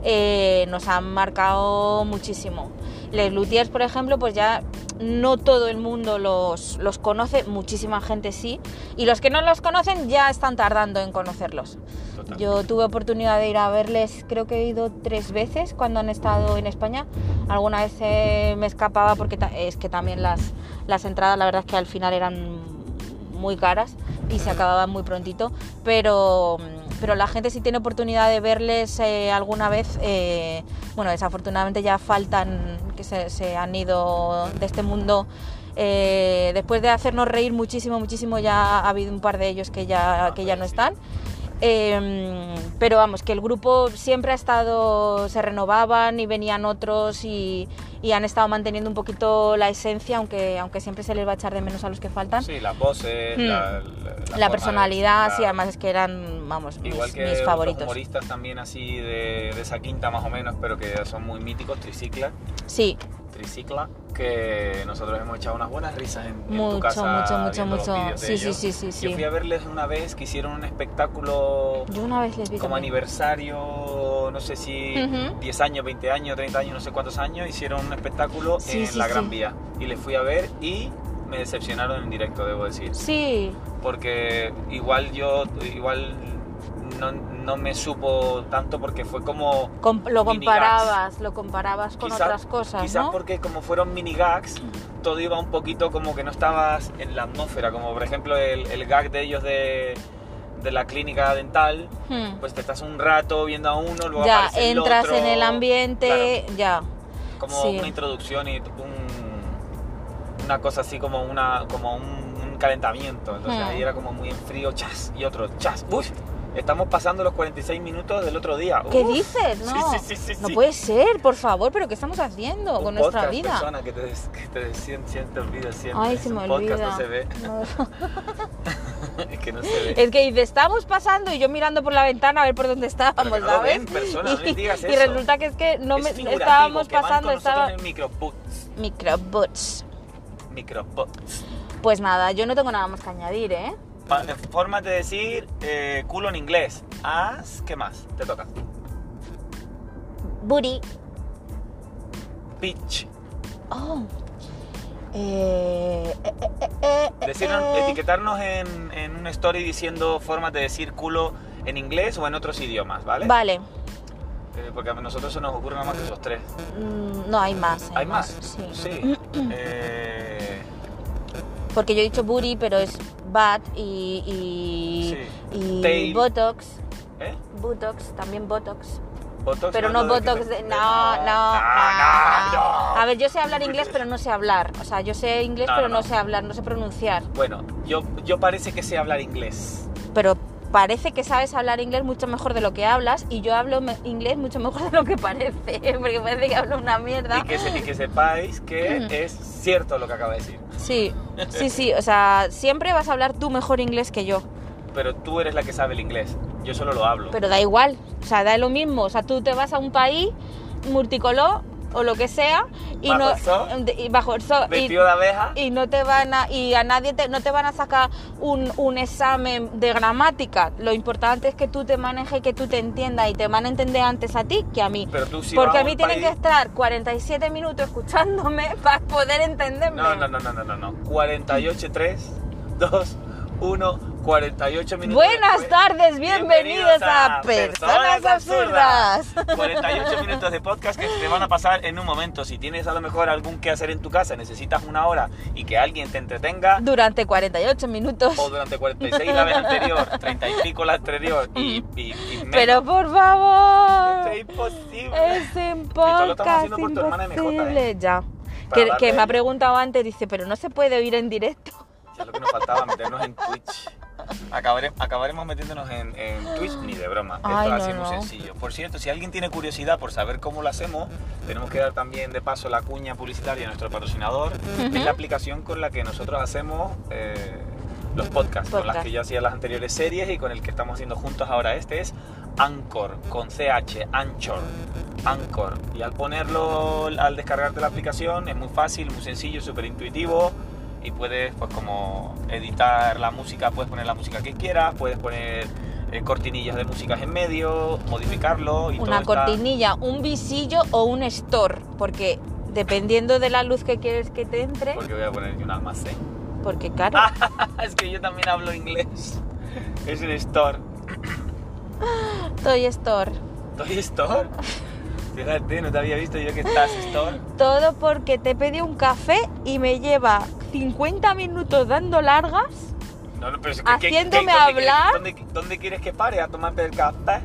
S1: eh, nos han marcado muchísimo. Les Luthiers, por ejemplo, pues ya no todo el mundo los, los conoce, muchísima gente sí, y los que no los conocen ya están tardando en conocerlos.
S2: Total.
S1: Yo tuve oportunidad de ir a verles, creo que he ido tres veces cuando han estado en España. Alguna vez eh, me escapaba porque ta- es que también las, las entradas, la verdad es que al final eran muy caras y se acababan muy prontito, pero, pero la gente si tiene oportunidad de verles eh, alguna vez, eh, bueno, desafortunadamente ya faltan, que se, se han ido de este mundo. eh, después de hacernos reír muchísimo, muchísimo, ya ha habido un par de ellos que ya, que ya no están. Eh, pero vamos, que el grupo siempre ha estado, se renovaban y venían otros y, y han estado manteniendo un poquito la esencia, aunque, aunque siempre se les va a echar de menos a los que faltan.
S2: Sí, las voces,
S1: Hmm.
S2: la, la- la forma
S1: la
S2: de-
S1: personalidad,
S2: la-
S1: sí, además es que eran, vamos, mis,
S2: Igual que
S1: mis
S2: otros
S1: favoritos.
S2: humoristas también así de, de esa quinta más o menos, pero que son muy míticos, Tricicla,
S1: Sí,
S2: Tricicla, que nosotros hemos echado unas buenas risas en, en tu
S1: Mucho,
S2: casa
S1: mucho, mucho,
S2: viendo los
S1: mucho.
S2: vídeos de
S1: Sí, sí,
S2: ellos.
S1: sí, sí, sí.
S2: Yo fui a verles una vez que hicieron un espectáculo
S1: yo una vez les vi
S2: como
S1: también.
S2: aniversario, no sé si
S1: Ujú.
S2: 10 años, 20 años, 30 años, no sé cuántos años, hicieron un espectáculo
S1: Sí,
S2: en
S1: sí,
S2: la Gran
S1: sí.
S2: Vía. Y les fui a ver y me decepcionaron en directo, debo decir.
S1: Sí,
S2: Porque igual yo, igual no, no me supo tanto porque fue como...
S1: com- lo
S2: Mini
S1: comparabas, lo comparabas con
S2: Quizá-
S1: otras cosas,
S2: Quizás
S1: ¿no?
S2: porque como fueron mini gags, todo iba un poquito como que no estabas en la atmósfera, como por ejemplo el, el gag de ellos de, de la clínica dental,
S1: Hmm.
S2: pues te estás un rato viendo a uno, luego
S1: ya,
S2: aparece el
S1: entras
S2: otro.
S1: en el ambiente, ya.
S2: Claro, como
S1: sí.
S2: una introducción y un- una cosa así como una como un, un calentamiento, entonces
S1: Hmm.
S2: ahí era como muy en frío, chas, y otro, chas, uy, estamos pasando los 46 minutos del otro día.
S1: ¿Qué
S2: Uf,
S1: dices?
S2: sí,
S1: No,
S2: sí, sí, sí,
S1: no
S2: sí.
S1: puede ser, por favor, pero ¿qué estamos haciendo
S2: un
S1: con nuestra
S2: podcast,
S1: vida?
S2: persona, que te, des- que te des- sien- siente, olvida siempre.
S1: Ay,
S2: Es
S1: se
S2: un
S1: me
S2: podcast,
S1: olvida.
S2: no se ve.
S1: No.
S2: es que no se ve.
S1: Es que dice, estamos pasando y yo mirando por la ventana a ver por dónde estábamos,
S2: Pero que no lo
S1: ¿sabes?
S2: ven, persona, no les digas
S1: y
S2: eso.
S1: resulta que es que no
S2: Es
S1: me
S2: figurativo,
S1: estábamos
S2: que van con
S1: pasando,
S2: nosotros
S1: estaba
S2: en microbots,
S1: microbots.
S2: microbots.
S1: Pues nada, yo no tengo nada más que añadir, ¿eh?
S2: Pa- Formas de decir eh, culo en inglés. As, ¿qué más? Te toca.
S1: Booty.
S2: Bitch.
S1: Oh. Eh, eh, eh, eh, eh,
S2: Decirnos-
S1: eh.
S2: etiquetarnos en, en un story diciendo formas de decir culo en inglés o en otros idiomas, ¿vale?
S1: Vale.
S2: Eh, porque a nosotros se nos ocurren nada más que esos tres.
S1: Mm, No, hay más.
S2: ¿Hay más?
S1: Sí. Mm,
S2: Sí. Eh,
S1: Porque yo he dicho booty, pero es bat y, y,
S2: Sí.
S1: y
S2: Tail.
S1: botox.
S2: ¿eh?
S1: Botox, también botox.
S2: Botox,
S1: Pero no
S2: lo de que
S1: botox
S2: te-
S1: de...
S2: de-
S1: No, no, no, no.
S2: no,
S1: A ver, yo sé hablar inglés, pero no sé hablar. O sea, yo sé inglés,
S2: No,
S1: pero
S2: no,
S1: no
S2: no.
S1: sé hablar, no sé pronunciar.
S2: Bueno, yo, yo parece que sé hablar inglés.
S1: Pero parece que sabes hablar inglés mucho mejor de lo que hablas y yo hablo me- inglés mucho mejor de lo que parece. Porque parece que hablo una mierda.
S2: Y que, se- y que sepáis que
S1: Mm.
S2: es cierto lo que acaba de decir.
S1: Sí, sí, sí. O sea, siempre vas a hablar tú mejor inglés que yo.
S2: Pero tú eres la que sabe el inglés. Yo solo lo hablo.
S1: Pero da igual, o sea, da lo mismo. O sea, tú te vas a un país multicolor o lo que sea y
S2: Bajo
S1: no
S2: el sol.
S1: y bajo el sol y,
S2: Vestido de abeja.
S1: y no te van a y a nadie te, no te van a sacar un, un examen de gramática. Lo importante es que tú te manejes, que tú te entiendas y te van a entender antes a ti que a mí.
S2: Pero tú sí
S1: Porque
S2: vas
S1: a mí
S2: un
S1: tienen
S2: país-
S1: que estar 47 minutos escuchándome para poder entenderme.
S2: No, no, no, no, no, no, no. 48, 3, 2, 1, 48 minutos.
S1: Buenas
S2: después.
S1: tardes, bienvenidos a Personas Absurdas.
S2: 48 minutos de podcast que te van a pasar en un momento. Si tienes a lo mejor algún que hacer en tu casa, necesitas una hora y que alguien te entretenga,
S1: Durante 48 minutos.
S2: o durante 46 la vez anterior, 30 y pico la anterior, y, y, y menos.
S1: Pero por favor.
S2: Esto Este es imposible.
S1: Es un
S2: todo lo estamos
S1: podcast
S2: haciendo por tu hermana MJ,
S1: imposible.
S2: ¿eh?
S1: Ya.
S2: Para
S1: Que,
S2: darle
S1: que me
S2: a
S1: ha
S2: ella.
S1: preguntado antes, dice, pero no se puede oír en directo.
S2: Ya lo que nos faltaba, meternos en Twitch. Acabare- acabaremos metiéndonos en, en Twitch ni de broma. Esto
S1: Ay,
S2: va a
S1: no,
S2: ser muy
S1: no.
S2: sencillo. Por cierto, si alguien tiene curiosidad por saber cómo lo hacemos, tenemos que dar también de paso la cuña publicitaria a nuestro patrocinador. Es la aplicación con la que nosotros hacemos eh, los podcasts, con las
S1: Podcast.
S2: que yo hacía las anteriores series y con el que estamos haciendo juntos ahora este es Anchor, con CH, Anchor. Anchor. Y al ponerlo, al descargarte la aplicación, es muy fácil, muy sencillo, súper intuitivo. Y puedes, pues, como editar la música, puedes poner la música que quieras, puedes poner eh, cortinillas de músicas en medio, modificarlo y todo.
S1: Una
S2: está-
S1: cortinilla, un visillo o un store. Porque dependiendo de la luz que quieres que te entre,
S2: Porque voy a poner aquí un almacén.
S1: porque claro,
S2: es que yo también hablo inglés. Es el store.
S1: Toy Store.
S2: ¿Toy Store? Fíjate, no te había visto yo que estás Store.
S1: Todo porque te pedí un café y me lleva 50 minutos dando largas
S2: No, no, pero es que-
S1: Haciéndome
S2: ¿dónde quieres-
S1: hablar.
S2: ¿dónde, dónde quieres que pare a tomar el café?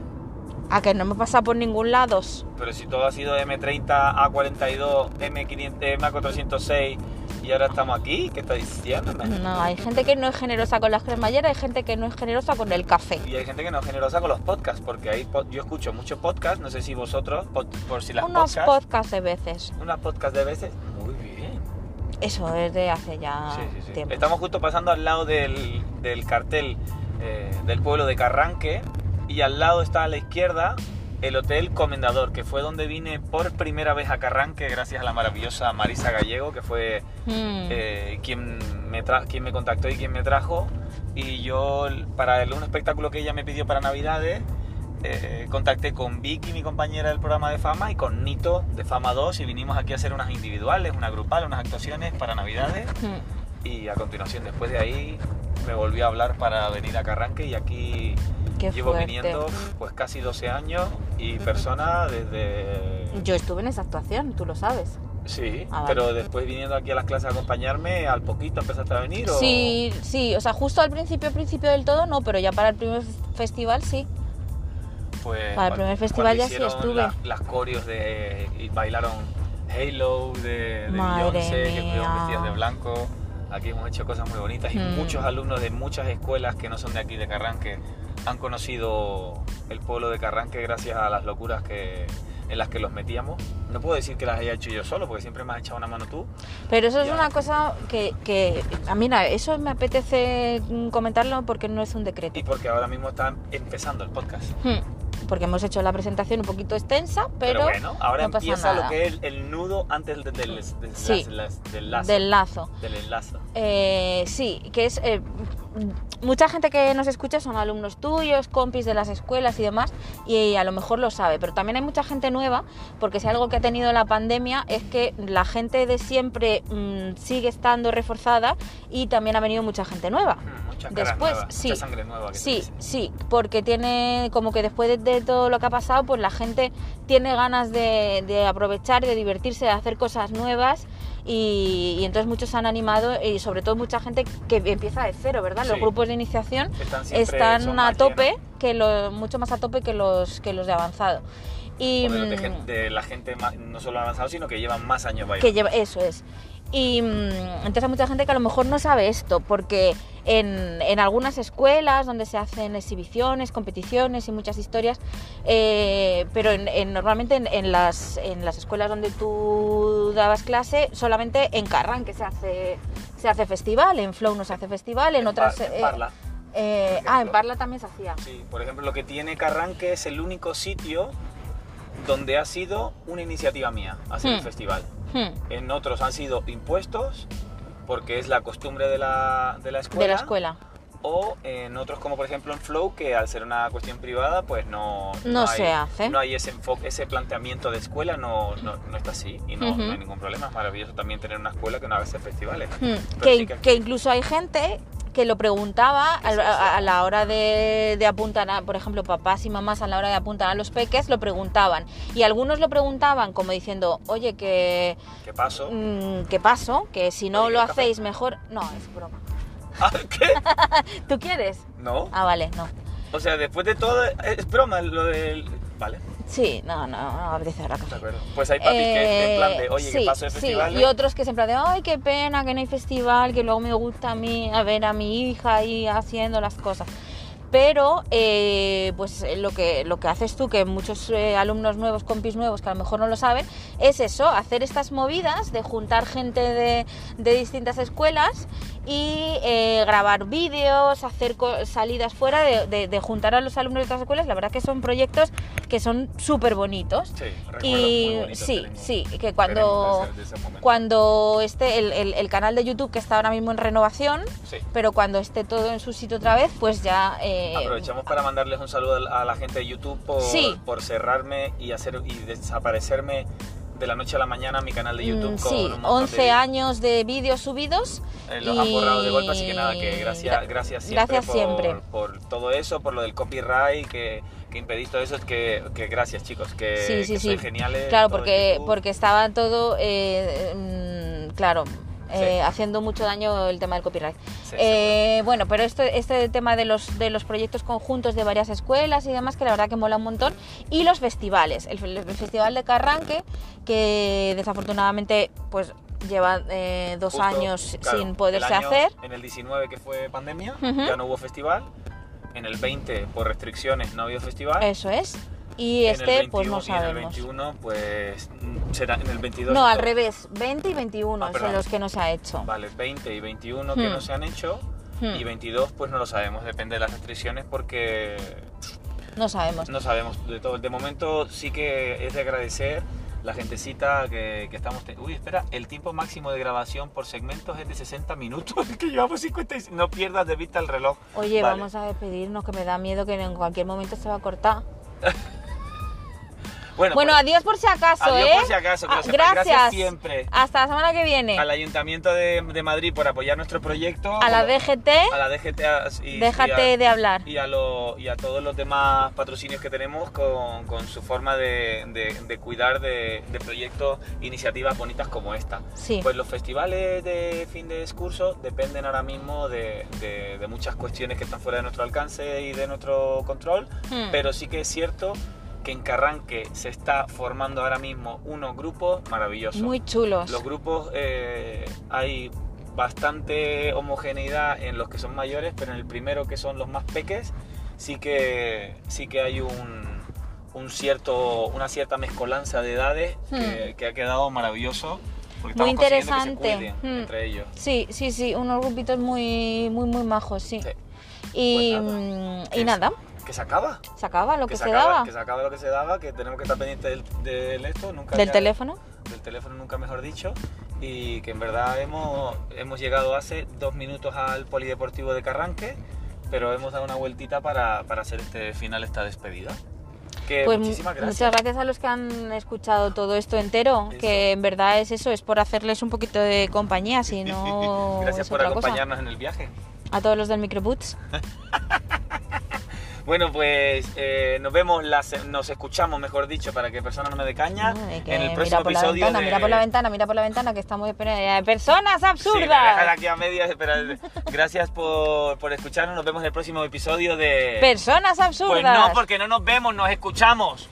S1: A que no me pasa por ningún lado.
S2: Pero si todo ha sido M30, A42, M500, M406 y ahora estamos aquí, ¿qué estás diciéndome?
S1: No, hay gente que no es generosa con las cremalleras, hay gente que no es generosa con el café.
S2: Y hay gente que no es generosa con los podcasts, porque hay pod- yo escucho muchos podcasts, no sé si vosotros, pod- por si las
S1: Unos
S2: podcasts,
S1: podcasts de veces.
S2: unas podcasts de veces. Muy bien.
S1: Eso es de hace ya
S2: Sí, sí, sí.
S1: Ah, tiempo.
S2: Estamos justo pasando al lado del, del cartel eh, del pueblo de Carranque y al lado está a la izquierda el Hotel Comendador, que fue donde vine por primera vez a Carranque gracias a la maravillosa Marisa Gallego, que fue
S1: Mm.
S2: eh, quien, me tra- quien me contactó y quien me trajo. Y yo, l- para el- un espectáculo que ella me pidió para Navidades, eh, contacté con Vicky, mi compañera del programa de Fama, y con Nito de Fama 2, y vinimos aquí a hacer unas individuales, una grupal, unas actuaciones para Navidades.
S1: Mm.
S2: Y a continuación, después de ahí, me volví a hablar para venir a Carranque, y aquí
S1: Qué
S2: llevo
S1: fuerte.
S2: viniendo pues casi 12 años y persona desde.
S1: Yo estuve en esa actuación, tú lo sabes.
S2: Sí,
S1: Ah, vale.
S2: pero después viniendo aquí a las clases a acompañarme, al poquito empezaste a venir o...
S1: Sí, sí, o sea, justo al principio, principio del todo no, pero ya para el primer festival sí.
S2: Pues,
S1: Para el
S2: cuan-
S1: primer festival
S2: cuando
S1: ya sí
S2: hicieron
S1: estuve.
S2: la- las corios de... y bailaron Halo de, de
S1: Madre
S2: Beyoncé, que estuvieron
S1: mía.
S2: vestidas de blanco. Aquí hemos hecho cosas muy bonitas y
S1: Mm.
S2: muchos alumnos de muchas escuelas que no son de aquí, de Carranque, han conocido el pueblo de Carranque gracias a las locuras que en las que los metíamos. No puedo decir que las haya hecho yo solo, porque siempre me has echado una mano tú.
S1: Pero eso es
S2: Ya.
S1: una cosa que, que a mí na- eso me apetece mm, comentarlo porque no es un decreto.
S2: Y porque ahora mismo están empezando el podcast.
S1: Mm, Porque hemos hecho la presentación un poquito extensa,
S2: Pero,
S1: pero,
S2: bueno, ahora
S1: no pasa
S2: empieza lo
S1: nada.
S2: que es el, el nudo antes del, del, del-
S1: Sí.
S2: las- las- del lazo.
S1: del lazo.
S2: Del enlazo.
S1: Eh, sí, que es... eh, mucha gente que nos escucha son alumnos tuyos, compis de las escuelas y demás, y a lo mejor lo sabe, pero también hay mucha gente nueva, porque si algo que ha tenido la pandemia es que la gente de siempre mm, sigue estando reforzada y también ha venido mucha gente nueva.
S2: Muchas caras
S1: Después,
S2: nuevas,
S1: sí.
S2: mucha sangre nueva. que se
S1: Sí,
S2: dice.
S1: sí, porque tiene como que después de, de todo lo que ha pasado, pues la gente tiene ganas de, de aprovechar, de divertirse, de hacer cosas nuevas y, y entonces muchos se han animado y sobre todo mucha gente que empieza de cero, ¿verdad? Los
S2: Sí.
S1: grupos de iniciación
S2: Están, siempre- son
S1: están a
S2: más
S1: tope,
S2: llenos.
S1: que los, mucho más a tope que los, que los de avanzado. Y,
S2: Joder, de,
S1: mm,
S2: gen- de la gente más- no solo avanzado, sino que llevan más años
S1: que
S2: bailando.
S1: lleva, eso es. Y mm, entonces hay mucha gente que a lo mejor no sabe esto, porque en, en algunas escuelas donde se hacen exhibiciones, competiciones y muchas historias, eh, pero en- en- normalmente en, en las, en las escuelas donde tú dabas clase, solamente en Carranque se hace, se hace festival, en Flow no se hace festival, en, otras...
S2: Par- en
S1: eh,
S2: Parla.
S1: eh,
S2: por
S1: ah, en
S2: ejemplo.
S1: Parla también se hacía.
S2: Sí, por ejemplo, lo que tiene Carranque es el único sitio donde ha sido una iniciativa mía hacer el
S1: Hmm.
S2: festival.
S1: Hmm,
S2: En otros han sido impuestos, porque es la costumbre de la, de la escuela.
S1: de la escuela.
S2: o en otros como por ejemplo en Flow que al ser una cuestión privada pues no
S1: No se hace.
S2: no hay ese enfoque ese planteamiento de escuela no, no, no está así y no,
S1: Ujú.
S2: no hay ningún problema es maravilloso también tener una escuela que no haga esos festivales
S1: Mm,
S2: Pero
S1: que,
S2: sí que-
S1: que incluso hay gente que lo preguntaba
S2: Que
S1: al-
S2: sí, sí.
S1: a, a la hora de, de apuntar, a, por ejemplo, papás y mamás a la hora de apuntar a los peques, lo preguntaban. Y algunos lo preguntaban como diciendo, oye, que,
S2: qué pasó
S1: mm, que paso, que si no
S2: Oye,
S1: lo
S2: ¿qué café?
S1: hacéis mejor... No, es broma.
S2: Ah, qué
S1: ¿Tú quieres?
S2: no
S1: Ah, vale, no.
S2: o sea después de todo eh, es broma lo del vale
S1: Sí, no, no, no apetece ahora
S2: de
S1: café.
S2: acuerdo pues hay papis que en plan de oye
S1: Eh, sí,
S2: qué pasó el
S1: sí,
S2: festival
S1: Y otros que siempre de, ay, qué pena que no hay festival, que luego me gusta a mí a ver a mi hija ahí haciendo las cosas. Pero eh, pues eh, lo que, lo que haces tú, que muchos eh, alumnos nuevos, compis nuevos, que a lo mejor no lo saben, es eso, hacer estas movidas de juntar gente de, de distintas escuelas y eh, grabar vídeos, hacer co- salidas fuera, de, de- de juntar a los alumnos de otras escuelas. La verdad que son proyectos que son súper bonitos.
S2: sí, recuerdos muy este
S1: Y
S2: bonitos
S1: sí,
S2: tenemos-
S1: sí, que
S2: tenemos
S1: cuando,
S2: de ese- de ese momento.
S1: cuando esté el, el- el canal de YouTube que está ahora mismo en renovación,
S2: Sí.
S1: pero cuando esté todo en su sitio otra vez, pues ya... eh,
S2: Aprovechamos para mandarles un saludo a la gente de YouTube por,
S1: Sí.
S2: por cerrarme y hacer y desaparecerme de la noche a la mañana mi canal de YouTube
S1: mm,
S2: con
S1: sí,
S2: un montón
S1: 11
S2: de,
S1: años de vídeos subidos.
S2: eh, los han borrado de golpe, así que nada, que
S1: y-
S2: gracias, gracias siempre,
S1: gracias
S2: por,
S1: siempre.
S2: por todo eso, por lo del copyright que, que impedís todo eso, que, que gracias chicos, que,
S1: Sí, sí,
S2: que
S1: sí.
S2: sois geniales.
S1: Claro,
S2: todo en
S1: porque,
S2: YouTube.
S1: porque estaba todo, eh, mm, claro, eh, haciendo mucho daño el tema del copyright.
S2: Sí,
S1: Eh, bueno, pero este, este tema de los, de los proyectos conjuntos de varias escuelas y demás, que la verdad que mola un montón, y los festivales, el, fe- el Festival de Carranque, que desafortunadamente pues lleva eh, dos
S2: Justo,
S1: años
S2: claro,
S1: sin poderse
S2: el año-
S1: hacer.
S2: En el 19 que fue pandemia,
S1: Ujú.
S2: ya no hubo festival. En el 20 por restricciones no había festival.
S1: Eso es. Y
S2: En el
S1: este, pues
S2: 21
S1: no
S2: y en el
S1: sabemos.
S2: 21 pues mm, será en el 22.
S1: No, al
S2: todo.
S1: revés, 20 y 21
S2: Ah,
S1: es
S2: perdón.
S1: en los que no se ha hecho.
S2: Vale, 20 y 21 que
S1: Hmm.
S2: no se han hecho
S1: Hmm.
S2: y 22 pues no lo sabemos, depende de las restricciones porque
S1: No sabemos.
S2: no sabemos de todo. De momento sí que es de agradecer la gentecita que, que estamos... te- Uy, espera, el tiempo máximo de grabación por segmentos es de 60 minutos, que llevamos 56. No pierdas de vista el reloj.
S1: Oye,
S2: Vale.
S1: vamos a despedirnos, que me da miedo que en cualquier momento se va a cortar.
S2: Bueno,
S1: Bueno,
S2: pues,
S1: adiós por si acaso,
S2: adiós
S1: ¿eh?
S2: por si acaso, que
S1: Ah,
S2: lo sepáis.
S1: gracias.
S2: Gracias siempre.
S1: Hasta la semana que viene.
S2: al Ayuntamiento de, de Madrid por apoyar nuestro proyecto.
S1: A la DGT,
S2: A la DGT. a- y- y
S1: déjate
S2: a-
S1: de hablar.
S2: y a, lo- y a todos los demás patrocinios que tenemos con, con su forma de, de- de cuidar de, de proyectos, iniciativas bonitas como esta.
S1: Sí.
S2: Pues los festivales de fin de curso dependen ahora mismo de, de- de muchas cuestiones que están fuera de nuestro alcance y de nuestro control,
S1: Hmm.
S2: pero sí que es cierto que en Carranque se está formando ahora mismo unos grupos maravillosos.
S1: Muy chulos.
S2: Los grupos eh, hay bastante homogeneidad en los que son mayores, pero en el primero que son los más peques sí que sí que hay un, un cierto una cierta mezcolanza de edades que, que ha quedado maravilloso. porque
S1: Hmm. Muy
S2: estamos consiguiendo Que se
S1: interesante.
S2: cuiden
S1: Hmm.
S2: entre ellos.
S1: Sí, sí, sí, unos grupitos muy, muy, muy majos, sí.
S2: Sí.
S1: Y,
S2: Pues nada.
S1: mm, y
S2: Es-
S1: nada,
S2: Que se acaba.
S1: se acaba lo que, se,
S2: acaba,
S1: daba.
S2: Que se acaba lo que se daba, que tenemos que estar pendientes del, del esto. Nunca
S1: Del
S2: ya-
S1: teléfono.
S2: del teléfono nunca mejor dicho y que en verdad hemos, hemos llegado hace dos minutos al polideportivo de Carranque pero hemos dado una vueltita para, para hacer este final esta despedida que
S1: Pues
S2: Eh, muchísimas gracias
S1: muchas gracias a los que han escuchado todo esto entero,
S2: Eso.
S1: que en verdad es eso, es por hacerles un poquito de compañía, si no
S2: gracias
S1: es
S2: por
S1: otra cosa.
S2: acompañarnos en el viaje
S1: A todos los del Microboots.
S2: bueno pues eh, nos vemos la se- nos escuchamos mejor dicho para que personas no me de caña
S1: ¿no? Ah, De que
S2: en el
S1: mira
S2: próximo
S1: por la
S2: episodio
S1: ventana,
S2: de-
S1: mira por la ventana, mira por la ventana, que estamos esperando. eh, ¡Personas
S2: Sí, me dejan
S1: absurdas!
S2: aquí a medias, espera. Gracias por, por escucharnos. Nos vemos en el próximo episodio de.
S1: ¡Personas
S2: Pues
S1: absurdas!
S2: no, porque no nos vemos, nos escuchamos.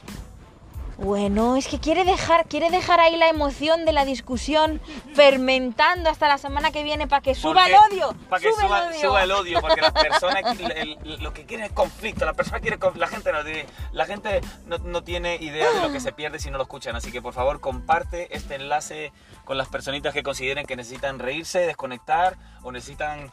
S1: Bueno, es que quiere dejar, quiere dejar ahí la emoción de la discusión fermentando hasta la semana que viene para que suba el odio.
S2: Para que
S1: sube
S2: suba,
S1: el odio.
S2: suba el odio, porque las personas, el- el- lo que quieren es conflicto, la persona quiere conf- la gente no tiene, la gente no, no tiene idea de lo que se pierde si no lo escuchan, así que por favor comparte este enlace con las personitas que consideren que necesitan reírse, desconectar o necesitan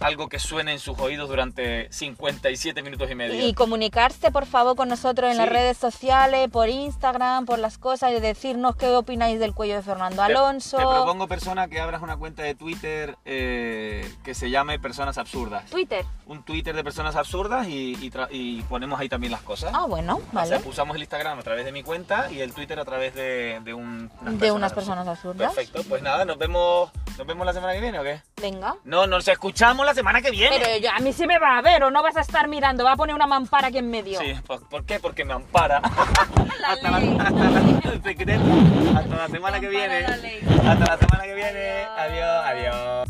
S2: algo que suene en sus oídos durante 57 minutos y medio.
S1: Y comunicarse, por favor, con nosotros en
S2: Sí.
S1: las redes sociales, por Instagram, por las cosas, y decirnos qué opináis del cuello de Fernando
S2: Te-
S1: Alonso.
S2: Te, propongo, persona, que abras una cuenta de Twitter eh, que se llame Personas Absurdas.
S1: Twitter.
S2: Un Twitter de personas absurdas y, y tra- y ponemos ahí también las cosas.
S1: Ah, bueno,
S2: O sea,
S1: vale.
S2: usamos el Instagram a través de mi cuenta y el Twitter a través de, de, un-
S1: De unas personas absurdas.
S2: Perfecto, pues nada, nos vemos, nos vemos la semana que viene o qué?
S1: Venga.
S2: No, nos escuchamos la semana que viene.
S1: Pero yo- a mí sí me va a ver, o no vas a estar mirando, va a poner una mampara aquí en medio.
S2: Sí, ¿por, por qué? Porque me ampara. hasta, la,
S1: ley.
S2: hasta la- el secreto. Hasta la semana que
S1: Me ampara
S2: viene.
S1: la ley.
S2: Hasta la semana que viene.
S1: Adiós.
S2: adiós. adiós.